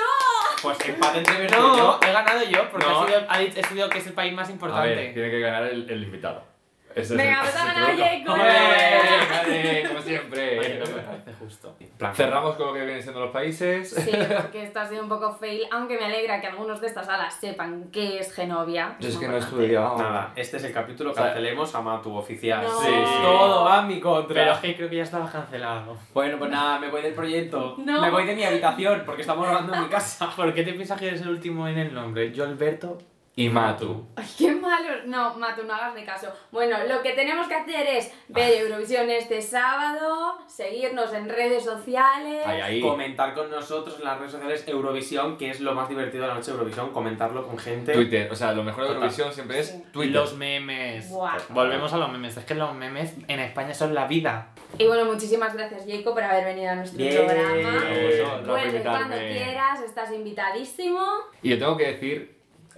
C: Pues empate entre Berto
B: No,
C: y yo.
B: he ganado yo porque
C: No.
B: ha sido, ha dicho- he sido que es el país más
D: A ver,
B: importante.
D: tiene que ganar el, el invitado. Ese es
A: Venga,
D: el-
A: pues
D: ese
A: ha
D: es el
A: ganado
D: truco.
A: Jacob.
D: ¡Hombre! Vale, como siempre.
B: Oye, no me parece justo.
D: Cerramos con lo que vienen siendo los países.
A: Sí, porque esto ha sido un poco fail, aunque me alegra que algunos de estas alas sepan qué es Genovia.
D: Yo es
A: Muy
D: que no he
A: importante.
D: estudiado.
C: Nada, este es el capítulo.
D: O sea,
C: Cancelemos a Matu oficial.
A: No.
D: Sí, sí.
C: Todo va en mi contra.
B: Pero es que creo que ya estaba cancelado.
C: Bueno, pues nada, me voy del proyecto.
A: No.
C: Me voy de mi habitación porque estamos grabando en mi casa.
B: ¿Por qué te piensas que eres el último en el nombre? Yo, Alberto.
D: Y Matu.
A: Ay, qué malo. No, Matu, no hagas de caso. Bueno, lo que tenemos que hacer es
D: Ah.
A: ver Eurovisión este sábado, seguirnos en redes sociales.
D: Ahí, ahí.
C: Comentar con nosotros en las redes sociales Eurovisión, que es lo más divertido de la noche de Eurovisión, comentarlo con gente.
D: Twitter. O sea, lo mejor de
C: Total.
D: Eurovisión siempre es
A: Sí.
D: Twitter.
B: Los memes. Pues
A: Buah.
B: Volvemos a los memes. Es que los memes en España son la vida.
A: Y bueno, muchísimas gracias, Jacob, por haber venido a nuestro
C: Bien.
A: programa.
D: Eh, gracias por
A: Vuelve cuando
D: invitarme.
A: quieras, estás invitadísimo.
D: Y yo tengo que decir,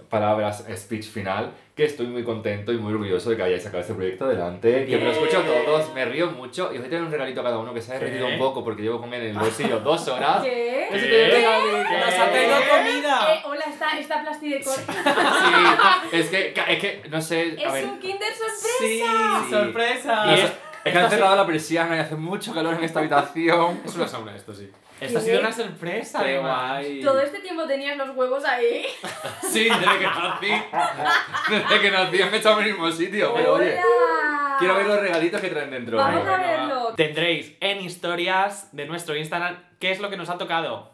D: palabras, speech final, que estoy muy contento y muy orgulloso de que hayáis sacado este proyecto adelante. Que me lo escucho a todos, me río mucho. Y os voy a tener un regalito a cada uno que se ha derretido
B: ¿Qué?
D: un poco porque llevo con él en el bolsillo dos horas.
A: ¿Qué?
D: Así Ah. que yo tengo-
B: ¿Qué?
C: ¡Nos ha traído
A: Eh,
C: comida!
A: hola, está, está plasti de corte.
D: Sí, es que, es que, no sé, a
A: Es
D: ver.
A: un Kinder sorpresa.
C: ¡Sí!
B: ¡Sorpresa!
D: no sé, Es que han cerrado la persiana y hace mucho calor en esta habitación.
C: Es una sombra esto, sí.
B: Esto ha sido una sorpresa,
C: ¡Qué
B: además.
C: guay!
A: Todo este tiempo tenías los huevos ahí.
D: Sí, desde que nací. Desde que nací han estado en el mismo sitio, pero oye.
A: Hola.
D: Quiero ver los regalitos que traen dentro.
A: Vamos
D: venga.
A: a verlo.
B: Tendréis en historias de nuestro Instagram qué es lo que nos ha tocado.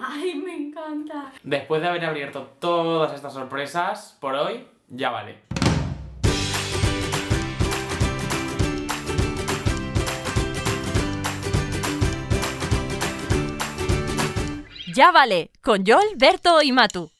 A: Ay, me encanta.
B: Después de haber abierto todas estas sorpresas, por hoy ya vale.
F: Ya vale con Joel, Berto y Matu.